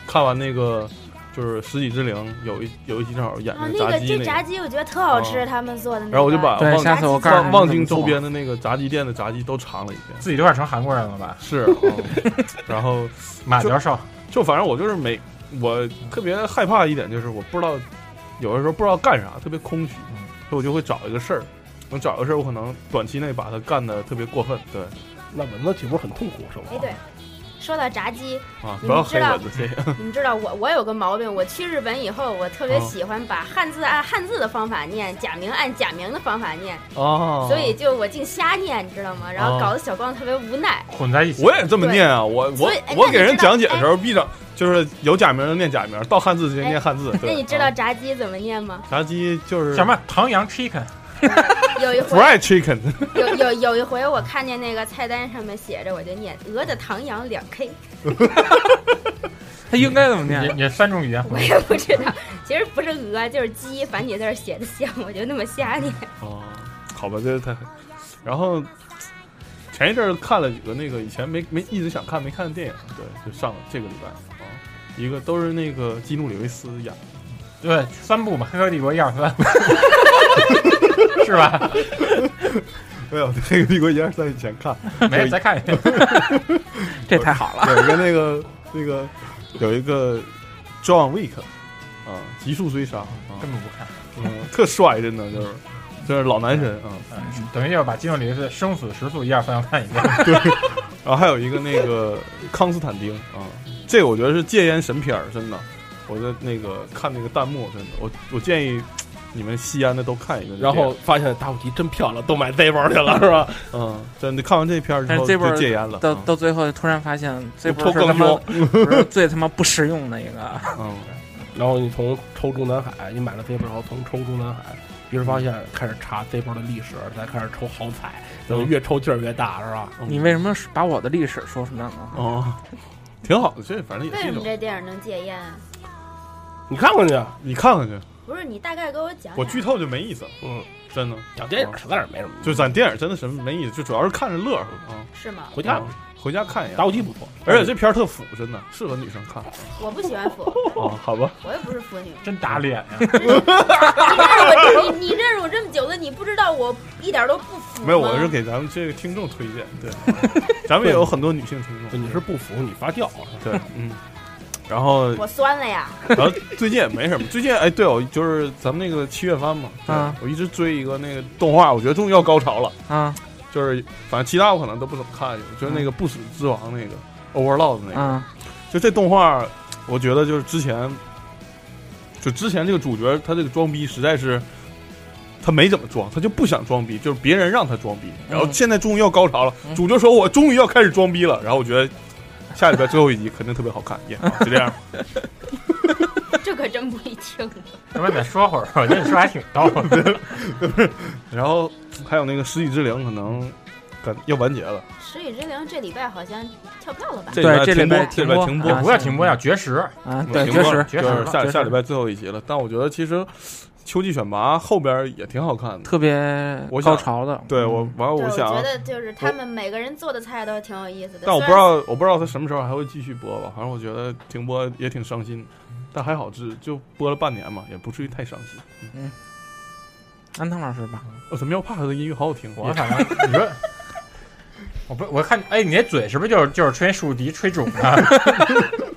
看完那个就是《十几之灵》，有一有一集正好演啊，那那个鸡这个炸鸡我觉得特好吃，啊他们做的那个。然后我就把对望下次我告诉望你望怎京么做周边的那个炸鸡店的炸鸡都尝了一遍，自己都快成韩国人了吧？是，哦然后马就教授，就反正我就是每我特别害怕一点就是我不知道，有的时候不知道干啥，特别空虚，所以我就会找一个事儿，我找一个事儿，我可能短期内把它干的特别过分，对那蚊子岂不是很痛苦，是吧？哎，对，说到炸鸡，啊，你不要们知黑道蚊子，谢 谢。你们知道我我有个毛病，我去日本以后，我特别哦喜欢把汉字按汉字的方法念，假名按假名的方法念，哦所以就我净瞎念，你知道吗？然后哦搞得小光特别无奈。混在一起。我也这么念啊，我我所以哎我那给你人知道讲解的时候，哎必整就是有假名就念假名，到汉字直接哎念汉字。那对哦嗯你知道炸鸡怎么念吗？ 炸鸡就是什么唐扬 chicken 有一回， fried chicken？有有有一回，我看见那个菜单上面写着，我就念鹅的唐扬两 K，他应该怎么念嗯也？也三种语言混我在一起。也不知道，其实不是鹅，就是鸡，繁体字儿写的像，我就那么瞎 念。哦，好吧，这太……然后前一阵儿看了几个那个以前没没一直想看没看的电影，对，就上了这个礼拜啊、一个都是那个基努里维斯演的， 对，三部嘛，《黑客帝国》一二三， 是吧？没有《黑客帝国》一二三以前看，没再看一遍。这太好了。有一个那个那个有一个 John Wick 啊，《极速追杀》啊，根本不看，嗯， 特帅，真的就是就是老男神啊。嗯，等于就是把《金庸里的生死时速》一二三要看一遍。然后还有一个那个康斯坦丁啊，这个我觉得是戒烟神片儿，真的。我在那个看那个弹幕，真的，我我建议你们西安的都看一个。然后发现打火机真漂亮，都买 Z 包去了，是吧？嗯，真的看完这片儿之但后是这波就戒烟了。到嗯到最后突然发现这波抽是他更妈多不是最他妈不实用的一个。嗯，然后你从抽中南海，你买了 Z 包，然后从抽中南海，于是发现开始查 Z 包的历史，再开始抽好彩，然后越抽劲儿越大，是吧？嗯你为什么把我的历史说成那样呢？哦，挺好的，这反正为什么这电影能戒烟啊？你看看去，啊你看看去，不是你大概给我讲讲，我剧透就没意思了。嗯，真的，讲电影实在是没什么意思就咱电影真的什么没意思，就主要是看着乐呵啊。是吗？回家回家看一眼，打火机不错，而且这片儿特腐，真的适合女生看。我不喜 欢腐，哦，好吧，我又不是腐女。 真打脸啊呀！我你你认识我这么久了，你不知道我一点都不腐吗。没有，我是给咱们这个听众推荐，对，咱们也有很多女性听众。你是不服，你发酵啊？对，嗯。然后我酸了呀。然后最近也没什么，最近哎，对哦，就是咱们那个七月番嘛，对嗯啊我一直追一个那个动画，我觉得终于要高潮了啊，就是反正其他我可能都不怎么看，我觉得那个不死之王那个嗯 Overlord 那个，啊就这动画，我觉得就是之前，就之前这个主角他这个装逼实在是。他没怎么装，他就不想装逼，就是别人让他装逼。然后嗯现在终于要高潮了，嗯主角说：“我终于要开始装逼了。”然后我觉得下礼拜最后一集肯定特别好看，也、好就这样。这可真不一定。要不然再说会儿，我觉得你说还挺逗的。然后还有那个《世纪之灵》可能感要完结了， 《食与之灵》这礼拜好像跳票了吧？这礼拜对这礼停播拜，这礼拜停播，啊不要停播，要绝食啊嗯对停播绝食就绝食是下绝食下礼拜最后一集了。但我觉得其实秋季选拔后边也挺好看的，特别我想高潮的。对我嗯完了，对，我想啊觉，得就是他们每个人做的菜都挺有意思的。但我不虽知然道我不知道他什么时候还会继续播吧。反正我觉得停播也挺伤心，但还好只就播了半年嘛，也不至于太伤心。嗯，安藤老师吧，我怎么要怕他的音乐好好听？啊我反正你说，我不我看哎，你那嘴是不是就是就是吹竖笛吹肿的？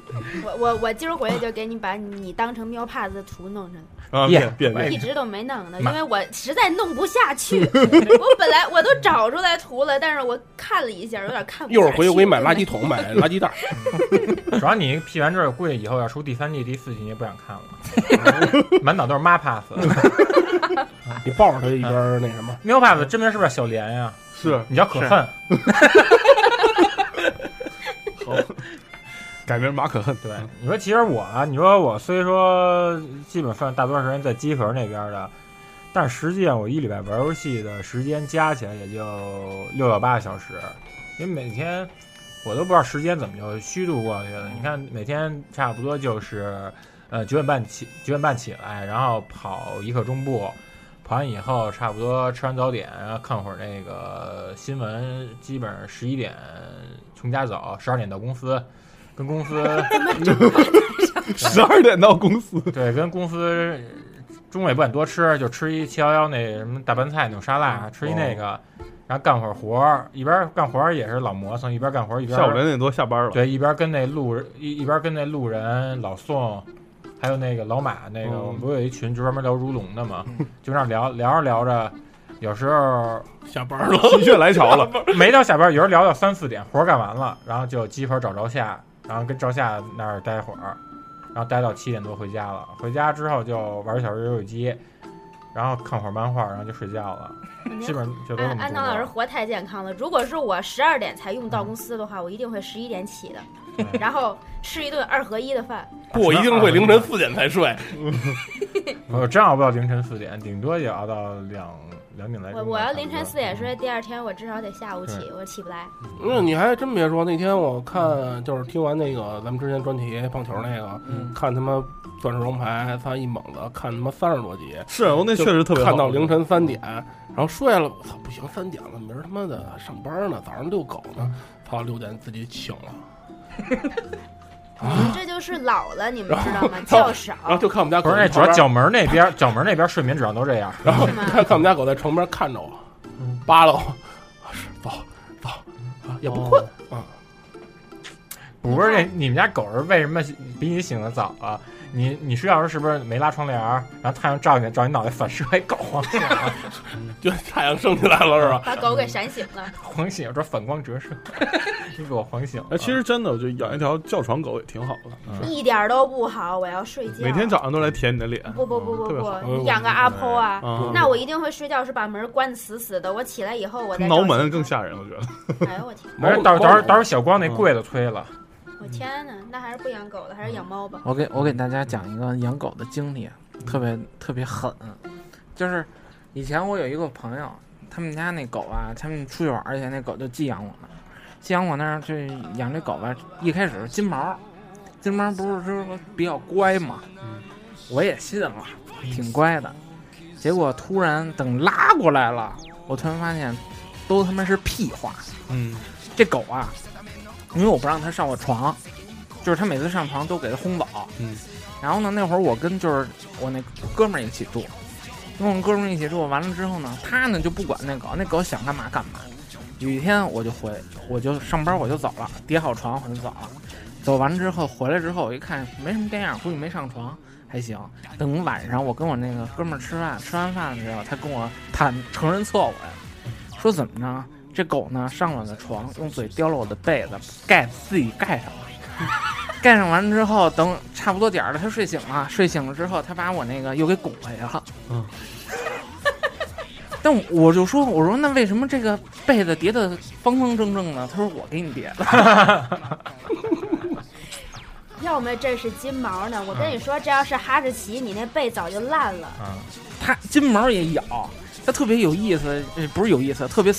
我我我今儿回去就给你把你当成喵帕子的图弄上来。啊，变变变一变，直都没弄呢，因妈为我实在弄不下去。我本来我都找出来图了，但是我看了一下，有点看不一下去。嗯会儿回去我给你买垃圾桶，买垃圾袋。 主要你 P 完这儿，估计以后要出第三季、第四季，你也不想看了，满脑都是妈 pass。嗯你抱着他一边儿那什么，喵 pass 真名是不是叫小莲呀？是你叫可恨。好，改名马可恨。 对，你说其实我啊，你说我虽说基本上大多数时间在机壳那边的，但是实际上我一礼拜玩游戏的时间加起来也就六到八个小时，因为每天我都不知道时间怎么就虚度过去了。你看每天差不多就是呃九点半起九点半起来，然后跑一刻钟步。跑完以后，差不多吃完早点，然后看会儿那个新闻，基本上十一点从家走，十二点到公司，跟公司12点到公司，对，跟公司中午也不敢多吃，就吃一七幺幺那什么大白菜那种沙拉，啊吃一那个，然后干会儿活儿，一边干活儿也是老磨蹭，一边干活儿一边下午两点多下班了。对，一边跟那路人一一边跟那路人老宋，还有那个老马，那个嗯我们不是有一群就专门聊如龙的嘛，就那聊聊着聊着，有时候下班了心血来潮了， 没到下班，有时候聊到三四点，活儿干完了，然后就集合找朝夏，然后跟朝夏那儿待会儿，然后待到七点多回家了，回家之后就玩一小时游戏机。然后看会儿漫画，然后就睡觉了，基本上就都这安嗯么安度藤过老师活太健康了。如果是我十二点才用到公司的话，我一定会十一点起的，然后吃一顿二合一的饭。不，我一定会凌晨四点才睡。我真熬不到凌晨四点，顶多也熬到两两点来钟吧。我我要凌晨差不多四点睡，第二天我至少得下午起，我起不来。嗯那嗯你还真别说，那天我看就是听完那个咱们之前专题棒球那个，嗯看他妈钻石王牌，他一猛子看他妈三十多集，是我那确实特别好嗯看到凌晨三点，然后睡了，我操，不行，三点了，明儿他妈的上班呢，早上遛狗嗯呢，操，六点自己醒了，你们这就是老了，你们然后知道吗？觉少。然后就看我们家不狗是在那床主要边角门那边，角门那边睡眠质量都这样。然后看看我们家狗在床边看着我，嗯扒拉我，是走走，啊也不哦困啊。不是那你们家狗是为什么比你醒的早啊？你你睡觉时候是不是没拉窗帘儿？然后太阳照进来，照你脑袋反射一狗黄血， 就太阳升起来了是吧？把狗给闪醒了。黄血，我这反光折射， 你给我黄醒。呃啊哎，其实真的，我觉得养一条叫床狗也挺好的，一点儿都不好，我要睡觉。每天早上都来舔你的啊脸。不不不不特别好不，你养个阿婆啊嗯，那我一定会睡觉时把门关得死死的。我起来以后，我再挠找门更吓人，我觉得。哎呦我天！没事，到时候到时候到时候小光嗯那柜子推了，我天哪，那还是不养狗了，还是养猫吧。我给我给大家讲一个养狗的经历，啊特别特别狠，就是以前我有一个朋友，他们家那狗啊，他们出去玩儿去，那狗就寄养我那儿，寄养我那儿就养这狗吧。一开始是金毛，金毛不是说比较乖嘛，我也信了，挺乖的。结果突然等拉过来了，我突然发现，都他妈是屁话。嗯，这狗啊，因为我不让它上我床，就是它每次上床都给它轰走。嗯，然后呢，那会儿我跟就是我那哥们儿一起住，跟我哥们儿一起住，完了之后呢，他呢就不管那狗，那狗想干嘛干嘛。有一天我就回，我就上班我就走了，叠好床我就走了。走完之后回来之后，我一看没什么变样，估计没上床，还行。等晚上我跟我那个哥们儿吃饭，吃完饭之后，他跟我坦承认错误来，说怎么着？这狗呢上我的床，用嘴叼了我的被子，盖自己盖上了。 盖上完之后，等差不多点儿了，他睡醒了。睡醒了之后，他把我那个又给拱回去了。嗯。但我就说，我说那为什么这个被子叠的方方正正呢？他说我给你叠的。要么这是金毛呢，我跟你说，这要是哈士奇，你那背早就烂了。啊它金毛也咬，它特别有意思，呃，不是有意思，特别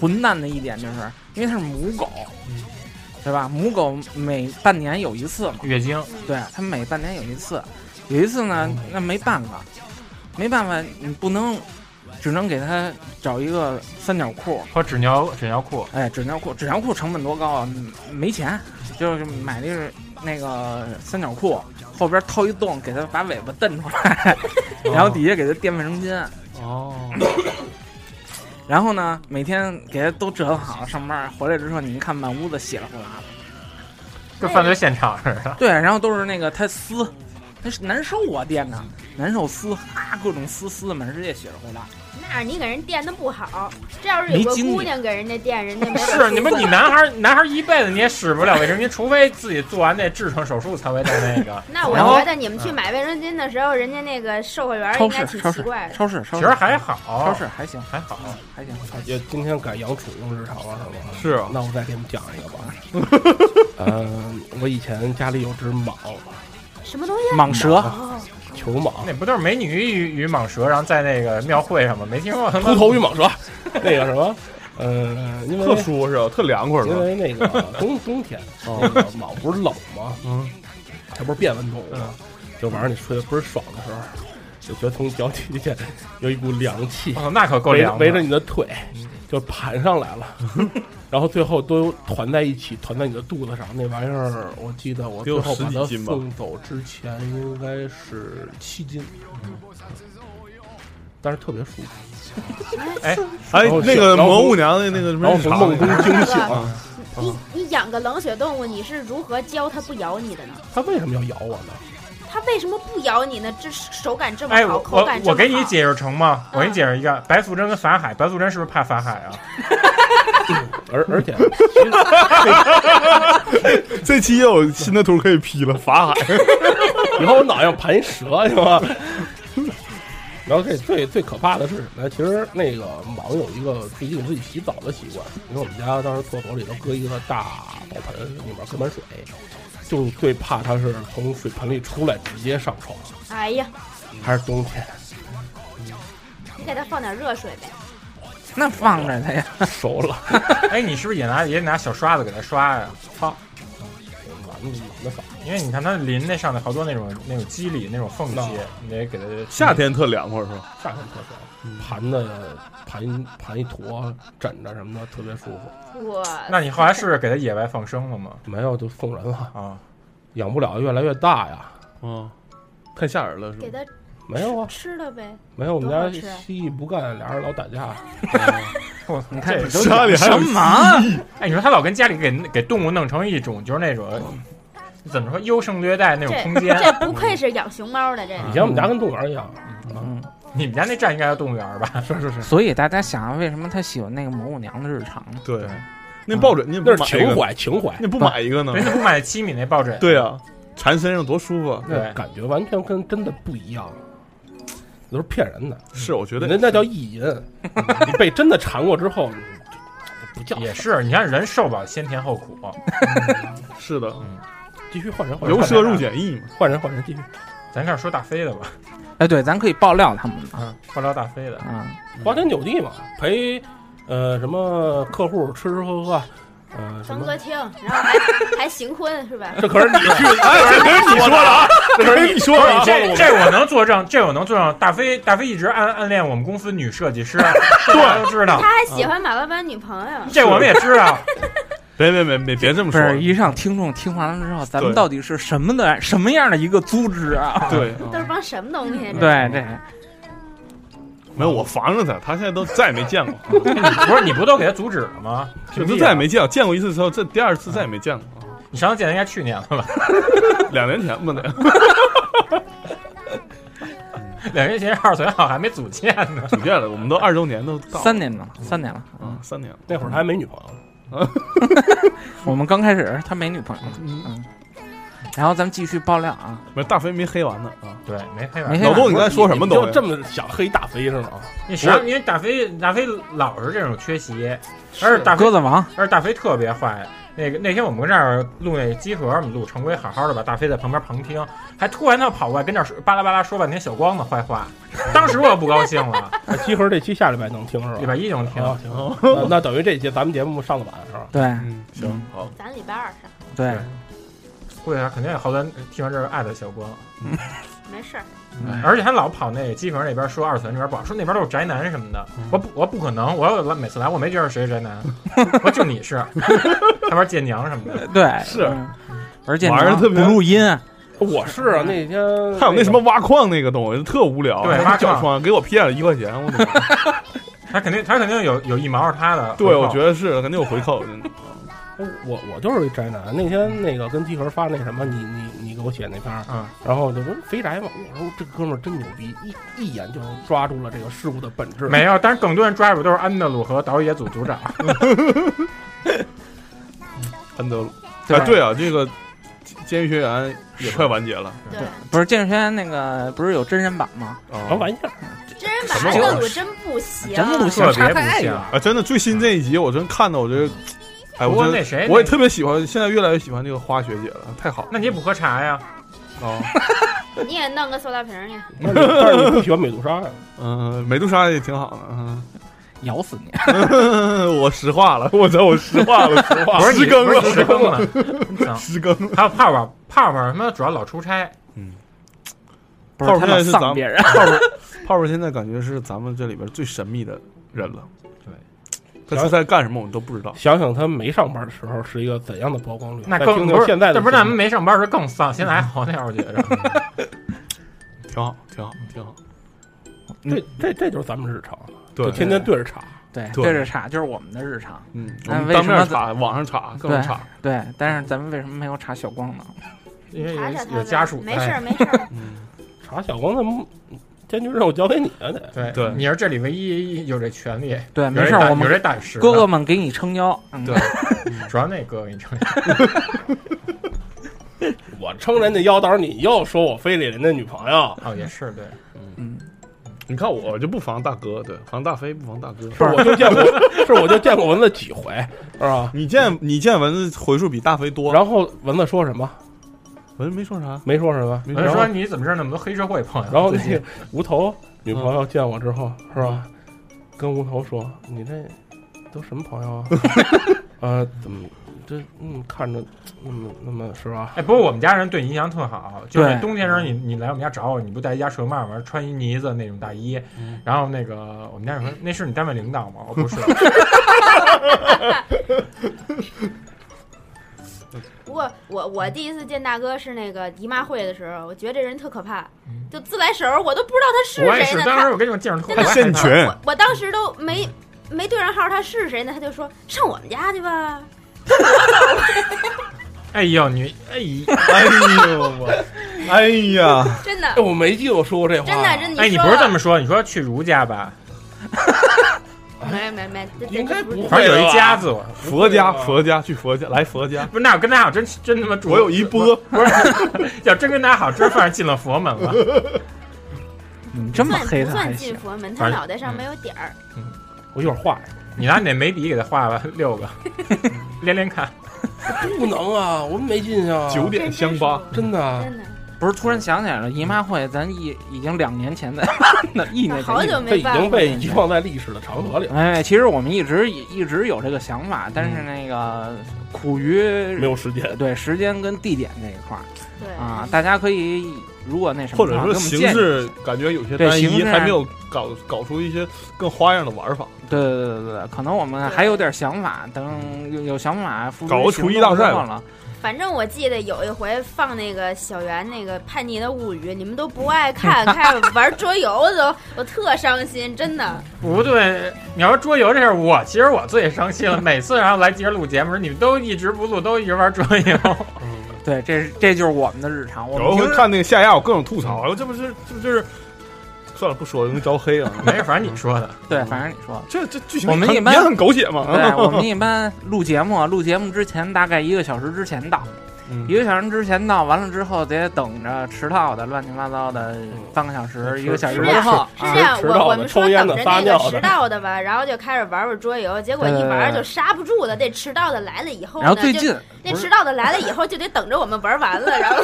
混蛋的一点就是，因为它是母狗，对吧？母狗每半年有一次嘛，月经，对，它每半年有一次，有一次呢，那没办法，没办法，你不能，只能给它找一个三角裤，或纸尿纸尿裤，哎，纸尿裤，纸尿裤成本多高啊？嗯没钱，就是买那个那个三角裤，后边掏一洞，给它把尾巴蹬出来，然后底下给它垫卫生巾。哦，然后呢，每天给它都折腾好，上班回来之后，你一看满屋子血了呼啦的。跟犯罪现场似的。 对，然后都是那个它撕，它是难受啊，垫着难受撕，啊，各种撕撕的满世界血了呼啦。那你给人垫的不好，这要是有没个经历姑娘给人家垫，人家没。是啊你们，你男孩儿男孩儿一辈子你也使不了卫生巾，除非自己做完那痔疮手术才会带那个那我然后觉得你们去买卫生巾的时候，人家那个售货员哎应超该市挺超奇市怪的。超市超市其实还好，超市还行嗯还好。还行。 也今天改养宠物日常了，是吗？是啊那我再给你们讲一个吧。 呃，我以前家里有只蟒，什么东西？蟒蛇哦球蟒，那不就是美女与与蟒蛇，然后在那个庙会上吗？没听过他妈秃头与蟒 蛇，那个什么，呃，因为特舒适，啊特凉快了。哎因为那个冬 冬天，哦那个蟒不是冷吗？嗯，它不是变温筒吗？就晚上你睡得倍儿爽的时候，就觉得从脚底下有一股凉气，哦那可够凉的围围着你的腿嗯就盘上来 了，然后最后都团在一起，团在你的肚子上。那玩意儿，我记得我得有最后把它十几斤吧送走之前应该是七斤，嗯但是特别舒服。哎哎然后，那小个然后蘑菇娘的那个什么然后日常梦中惊醒啊你你养个冷血动物，你是如何教它不咬你的呢？它为什么要咬我 呢？它为什么不咬你呢？这手感这么哎，好，我口我感这么好。嗯我给你解释成吗？我给你解释一个，白素贞跟法海，白素贞是不是怕法海啊？而而且这期又有新的图可以 P 了，法海。以后我脑袋上盘一蛇行吗？ 然后这最最可怕的是什么呢？其实那个蟒有一个最近自己洗澡的习惯，因为我们家当时厕所里头搁一个大澡盆，里面搁满水，就最怕它是从水盆里出来直接上床，哎呀，还是冬天你给它放点热水呗。那放着它呀，熟了。哎，你是不是也拿也拿小刷子给它刷呀？操！因为你看它淋那上面好多那种那种肌理那种缝隙，你得给它夏天特凉快是吧？夏天特爽，盘的盘盘一坨枕着什么的特别舒服。我嗯那你后来是给它野外放生了吗？没有就送人了啊，养不了越来越大呀。嗯，太吓人了是给它没有啊，吃了呗。没有，我们多好家吃啊蜥蜴不干，俩人老打架。你看你都家里还有什么哎，你说他老跟家里给给动物弄成一种就是那种怎么说优胜劣汰那种这空间。啊嗯这不愧是养熊猫的这以个。前我们家跟动物园一样，嗯，你们家那站应该叫动物园吧？ 是是是所以大家想，啊为什么他喜欢那个蘑菇娘的日常呢？对，那抱枕你不买嗯一个你不买一个呢？人家不买七米那抱枕，对啊，缠身上多舒服啊。那感觉完全跟真的不一样，那都是骗人的。是，我觉得那那叫意淫，你被真的缠过之后，不叫也是。你看人受不了先甜后苦，是的，继续换人，换人由奢入俭易嘛。换人换人继续。咱开始说大飞的吧，哎，对，咱可以爆料他们 啊，爆料大飞的啊，花天酒地嘛，陪呃什么客户吃吃喝喝，呃什成么歌厅，然 后还还行婚是吧？这可是你去哎这可是你说的啊这可是你说的啊这这我能作证，这我能作证。大飞大飞一直暗暗恋我们公司女设计师，对，都知道。他还喜欢马老板女朋友，这我们也知道。别别别别别这么不是，一让听众听完了之后，咱们对到底是什么的什么样的一个组织啊？对都是帮什么东西？对，对，没有，我防着他，他现在都再也没见过。嗯不是你不都给他阻止了吗？就他再也没见过，见过一次之后，这第二次再也没见过。你上次见他应该去年了吧？两年前吧，那两年前二水好还没组建呢，组建了，我们都二周年都到了三年了，三年了，嗯，三年了。那会儿他还没女朋友，我们刚开始他没女朋友，嗯，然后咱们继续爆料啊，不是大飞没黑完呢啊？对，没黑没完。黑完老杜你刚才说什么你们都就这么想黑大飞是吗？你实际上因为大飞大飞老是这种缺席，而且大飞鸽子王，而且大飞特别坏。那个那天我们跟这儿录那集合，我们录常规好好的吧，大飞在旁边旁听，还突然他跑过来跟这儿说巴拉巴拉说半天小光的坏话，当时我不高兴了。哎集合这期下礼拜能听是吧？礼拜一能听啊行。那那等于这期咱们节目上了晚是吧？对，嗯行好，咱礼拜二上，对，估计他肯定有好多人听完这儿艾特小光，没事儿。而且他老跑那集合那边说二次元那边不好，说那边都是宅男什么的。嗯我不我不可能，我来每次来我没觉得谁是 宅男，我就你是， 他玩剑娘什么的。对，嗯而且你不录音，我是啊，那天还有那什么挖矿那个东西特无聊，对还挖矿脚窗给我骗了一块钱，我怎么？他肯定他肯定有有一毛是他的。对，我觉得是肯定有回扣，真的。我我就是一宅男。那天那个跟集合发那什么，你你你给我写那篇儿，啊，然后我就说肥宅嘛，我说这哥们儿真牛逼，一一眼就抓住了这个事物的本质。没有，但是更多人抓住都是安德鲁和岛野组 组长。安德鲁，对哎，对啊，这个监狱学员也快完结了，对，不是健身圈那个不是有真人版吗？什么玩意儿？真人什么版安德玩意鲁儿真不行，真不行差太远啊！真的，最新这一集我真看的，我这，哎，不过我真那谁我也那特别喜欢，现在越来越喜欢这个花学姐了，太好了。那你也不喝茶 呀？哦，你也弄个塑料瓶儿去。但是但是你不喜欢美杜莎呀？ 嗯，美杜莎也挺好的，嗯， 咬死你！我实话了，我操，我实话了， 实话，不是你实啊更不了，是你实更了 嗯实更了。还有泡泡，泡泡他妈主要老出差，不是泡他泡现在老是咱丧别人泡泡泡泡现在感觉是咱们这里边最神秘的人了。对，他是在干什么我们都不知道。想想他没上班的时候是一个怎样的曝光率？那哎再更听不听是现在的那节目，不是咱们没上班时更丧，现在还好那会儿我觉着。 挺好，挺好，挺好。嗯这这这就是咱们日常，对就天天对着查。对，对对着查就是我们的日常，嗯，我那们为当什么面咱查，网上查，各种对查。对，但是咱们为什么没有查小光呢？因为查查他有们有家属没事儿哎没事 儿，嗯查小光他嗯监军任务交给你啊了，得对对你是这里唯一有这权利，对，有没这事儿，胆我们有这胆识的。哥哥们给你撑腰，嗯对，主要那哥哥给你 撑腰。我撑人家腰，到时候你又说我非礼人家女朋友。哦，也是对，嗯你看我就不防大哥，对，防大飞不防大哥。是我就见过，是我就见过蚊子几回，是吧？你见你见蚊子回数比大飞多，然后蚊子说什么？蚊子没说啥，没说什么。我就嗯然后说，你怎么知道那么多黑社会朋友？然后最那近个无头女朋嗯友见我之后，是吧？跟无头说：“你这都什么朋友啊？ 呃，怎么这嗯看着那么那么是吧？哎，不过我们家人对你印象特好，就是对冬天时候你你来我们家找我，你不戴一鸭舌帽吗？穿一呢子那种大衣，然后那个我们家人说那是你单位领导吗？我不是，不过我我第一次见大哥是那个姨妈会的时候，我觉得这人特可怕，就自来熟，我都不知道嗯我他也是谁呢。是。当时他我跟你们见着特还别现群，我我当时都没没对上号，他是谁呢？他就说上我们家去吧。哎呦你，哎哎呦我，哎呀，真的哎，我没记得我说过这话真的真的哎，你你说不是这了么说，你说去儒家吧，没没没，应该不反正有一家字我佛家佛家去佛家来佛家，不是，那我跟大家好，真真他妈住。我有一波，不是，要真跟大家好，真算是进了佛门了。你这算嗯不算进佛门？他脑袋上没有点儿。 我一会儿画呀，你拿你那眉笔给他画吧，六 个，连连看。不能啊，我们没印象啊。九点香八，真 的。啊不是，突然想起来了，姨妈会，咱一已经两年前的， 那一年前好久没办过了被遗忘在历史的长河里。哎，其实我们一直一直有这个想法，但嗯是那个苦于没有时间，对时间跟地点这一块儿，对啊，大家可以如果那什么或的者话，说给我们形建议一式下感觉有些对单形一，式还没有搞搞出一些更花样的玩法。对对对对对，可能我们还有点想法，等有有想法付诸搞个行厨艺动大之赛后吧了。反正我记得有一回放那个小圆那个《叛逆的物语》，你们都不爱看，开始玩桌游都，我特伤心，真的。不对，你要说桌游这事儿，我其实我最生气了。每次然后来接着录节目，你们都一直不录，都一直玩桌游。对，这是这就是我们的日常。我啊有们一回平时看那个夏亚，我各种吐槽，哎这不是这不就是算了，不说了，容易招黑啊。 没事，反正你说的，对，反正你 说的。这这剧情我们很一般也很狗血嘛。对，我们一般录节目，录节目之前大概一个小时之前嗯到，一个小时之前到，完了之后得等着迟到的乱七八糟的嗯半个小时，一个小时是这之后样，是这样。我我们说等着那个迟的。到的吧，然后就开始玩玩桌游，结果一玩就刹不住了。这迟到的来了以后呢，然后最近就那迟到的来了以后就得等着我们玩完了，然后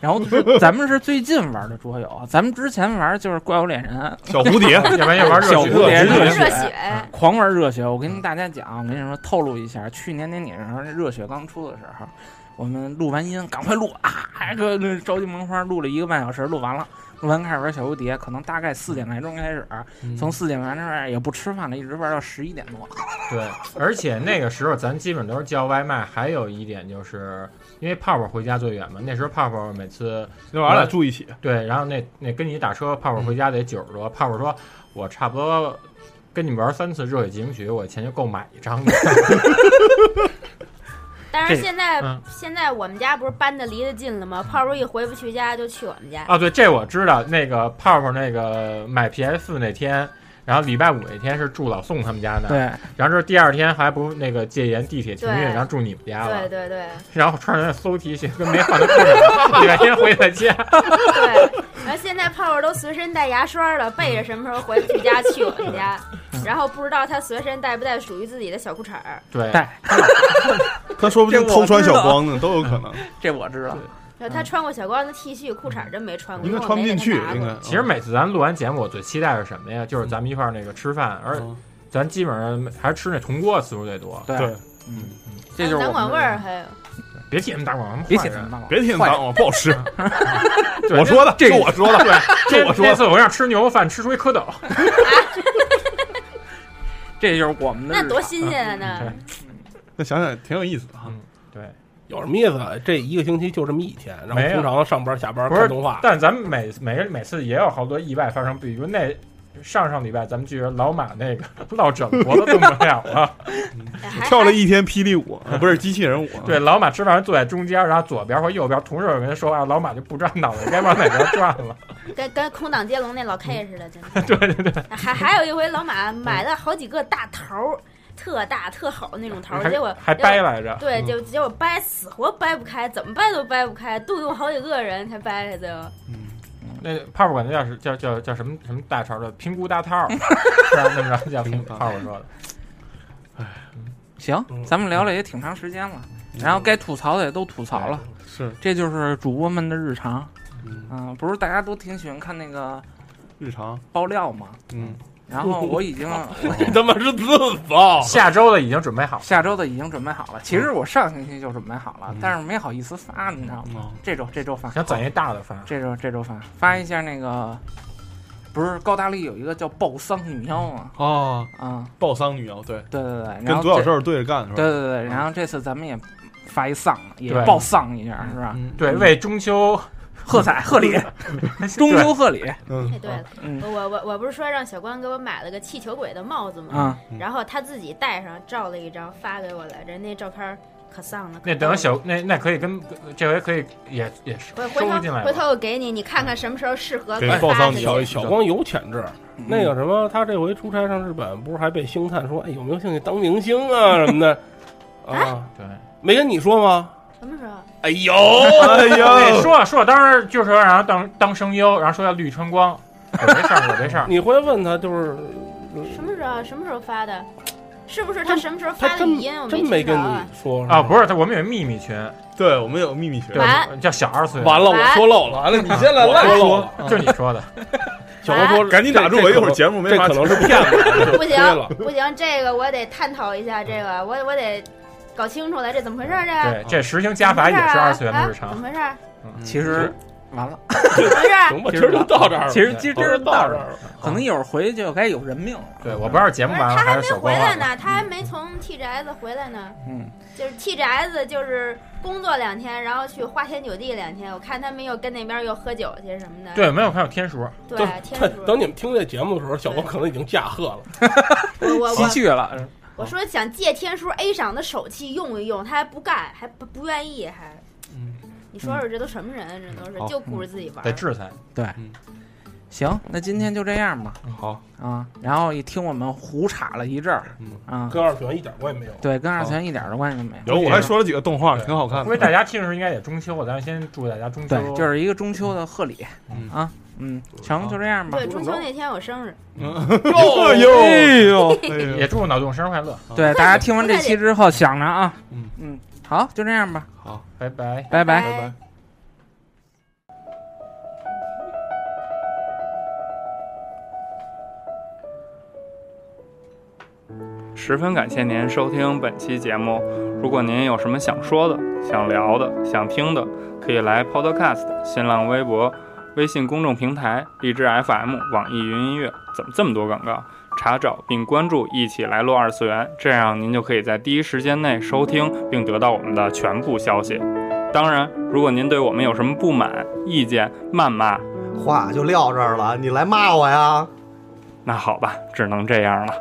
然 后是咱们是最近玩的桌游，啊咱们之前玩就是怪物猎哎人、小蝴蝶要不然也玩热血小蝴蝶热热血嗯狂玩热血。我跟大家讲，我跟你说，透露一下，去年年底的时候，热血刚出的时候，我们录完音赶快录啊，个那着急忙慌录了一个半小时，录完了。录完开始玩小蝴蝶，可能大概四点来钟开始，从四点来钟也不吃饭了，一直玩到十一点多。对，而且那个时候咱基本都是叫外卖。还有一点就是，因为泡泡回家最远嘛，那时候泡泡每次那玩意儿俩住一起，对，然后那那跟你打车，泡泡回家得九十多。泡泡说，我差不多跟你们玩三次热血警曲，我钱就够买一张的。 但是这现在、嗯现在我们家不是搬的离得近了吗？泡泡一回不去家就去我们家。啊，对，这我知道。那个泡泡那个买 PS 那天，然后礼拜五那天是住老宋他们家的，对， 然后这第二天还不那个戒严地铁停运，对然后住你们家了对。对对然后穿着那馊 T 恤跟没换的裤子，礼拜天回的家。对，然后现在泡泡都随身带牙刷了，背着什么时候回不去家去我们家，然后不知道他随身带不带属于自己的小裤衩儿。对，他说不定这我偷穿小知道光呢，都有可 能。这我知道。然后他穿过小光的 T 恤，裤衩儿真没穿过，因为我没给他拿过其实每次咱录完节目，我最期待是什么呀？就是咱们一块儿那个吃饭，而咱基本上还是吃那铜锅次数最多。对对，嗯，这就是南我啊哎管们味儿还有。别提那么大广告，别提那么大广告别提那么大广告不好 吃。对我说的这是我说的对，是这我说的这次我让吃牛肉饭吃出一蝌蚪，这就是我们那多新鲜啊！那那想想挺有意思的哈。 对，有什么意思啊？这一个星期就这么一天，然后没有平常上班下班不是看动画。但咱们每每每次也有好多意外发生，比如那上上礼拜咱们去老马那个 落枕脖子动不了 了，哎跳了一天霹雳舞，啊不是机器人舞。对，老马吃饭坐在中间，然后左边或右边同时有人说啊话，老马就不转脑袋该往哪边转了。跟跟空档接龙那老 K 似的，真的。对对对。还还有一回，老马买了好几个大头儿，特大特好那种头儿，还哦结果还结果掰来着对，嗯就结果掰死活掰不开，怎么掰都掰不开，动用好几个人才掰开，最后。那泡泡管那叫是叫叫叫什么什么大潮的平菇大 套，是吧？那么着叫平泡泡说的。行，咱们聊了也挺长时间了，然后该吐槽的也都吐槽了，是，这就是主播们的日常。嗯，不是大家都挺喜欢看那个日常爆料吗？ 嗯，然后我已经这他妈是自爆，下周的已经准备好了，下周的已经准备好了。其实我上星期就准备好了，但是没好意思发，你知嗯道吗？这周这周发，想攒一大的饭，这周这周发发一下那个，不是高大力有一个叫爆丧女妖吗？哦啊，爆丧女妖，对对对对，然跟后独角这兽对着干是吧？对对对，然后这次咱们也发一丧，也对爆丧一下，是吧？嗯对，为中秋喝彩贺礼，中秋贺礼。嗯哎，对了，嗯我我我我不是说让小关给我买了个气球鬼的帽子吗？嗯啊然后他自己戴上照了一张发给我来着，那照片可丧了。那等小那那可以跟这回可以也也是我回收头进来回了。头我给你，你看看什么时候适合给发报丧哎出去小小小光有潜质。嗯嗯那个什么，他这回出差上日本，不是还被星探说，哎，有没有兴趣当明星啊什么 的？啊，对，没跟你说吗？什么时候？哎呦，对哎说啊说当时就是说让他当当声优，然后说要绿春光，有这事儿有 这事儿。 你回来问他就是，什么时候？什么时候发的？是不是他什么时候他发的语真音？我真没没听跟着你 啊。说啊，不是，他我们有秘密群，对我们有秘密群完叫小二次元。完了，我说漏了，完了你先来我赖说我哎漏了，就你 说的。小光说，赶紧打住这我一会儿节目没这法可能是听骗子，不亏了行，不行，这个我得探讨一下，这个我我得搞清楚了，这怎么回事儿？对，这这实行加法也啊是二次元的日怎常么。回事儿？其实完了，行 吧，今儿就到这儿了，其实其实今儿就就到到这这儿儿了了。可能一会儿回去就该有人命了。对，我不知道节目完了他还还没是小回光啊来完呢，他还没从 TGS 回来呢。嗯，就是 TGS 就是工作两天，然后去花天酒地两天。我看他们又跟那边又喝酒去什么的。对，没有看有天书，对啊等天等竺等你们听这节目的时候，小光可能已经驾鹤了。我我西我去了。我说想借天书 A 赏的手气用一用，他还不干，还不不愿意，还。你说说这都什么人啊？这都好哦是就顾着自己玩得儿。制裁。对，行，那今天就这样吧。好啊，然后一听我们胡扯了一阵儿，啊，跟二次元一点关系没有。对，跟二次元一点儿的关系都没有。有，我还说了几个动画，挺好看因的为。大家听着应该也中秋了，咱们先祝大家中秋。对，就是一个中秋的贺礼啊，嗯，成，就这样吧对，。中秋那天我生日，哎呦哎呦也祝脑洞生日快乐。对，大家听完这期之后想着啊，嗯嗯，好，就这样吧，好，拜拜，拜拜拜拜。十分感谢您收听本期节目。如果您有什么想说的、想聊的、想听的，可以来 Podcast、新浪微博、微信公众平台、荔枝 FM、网易云音乐，怎么这么多广告？查找并关注“一起来录二次元”，这样您就可以在第一时间内收听并得到我们的全部消息。当然，如果您对我们有什么不满、意见、谩骂，话就撂这儿了，你来骂我呀？那好吧，只能这样了。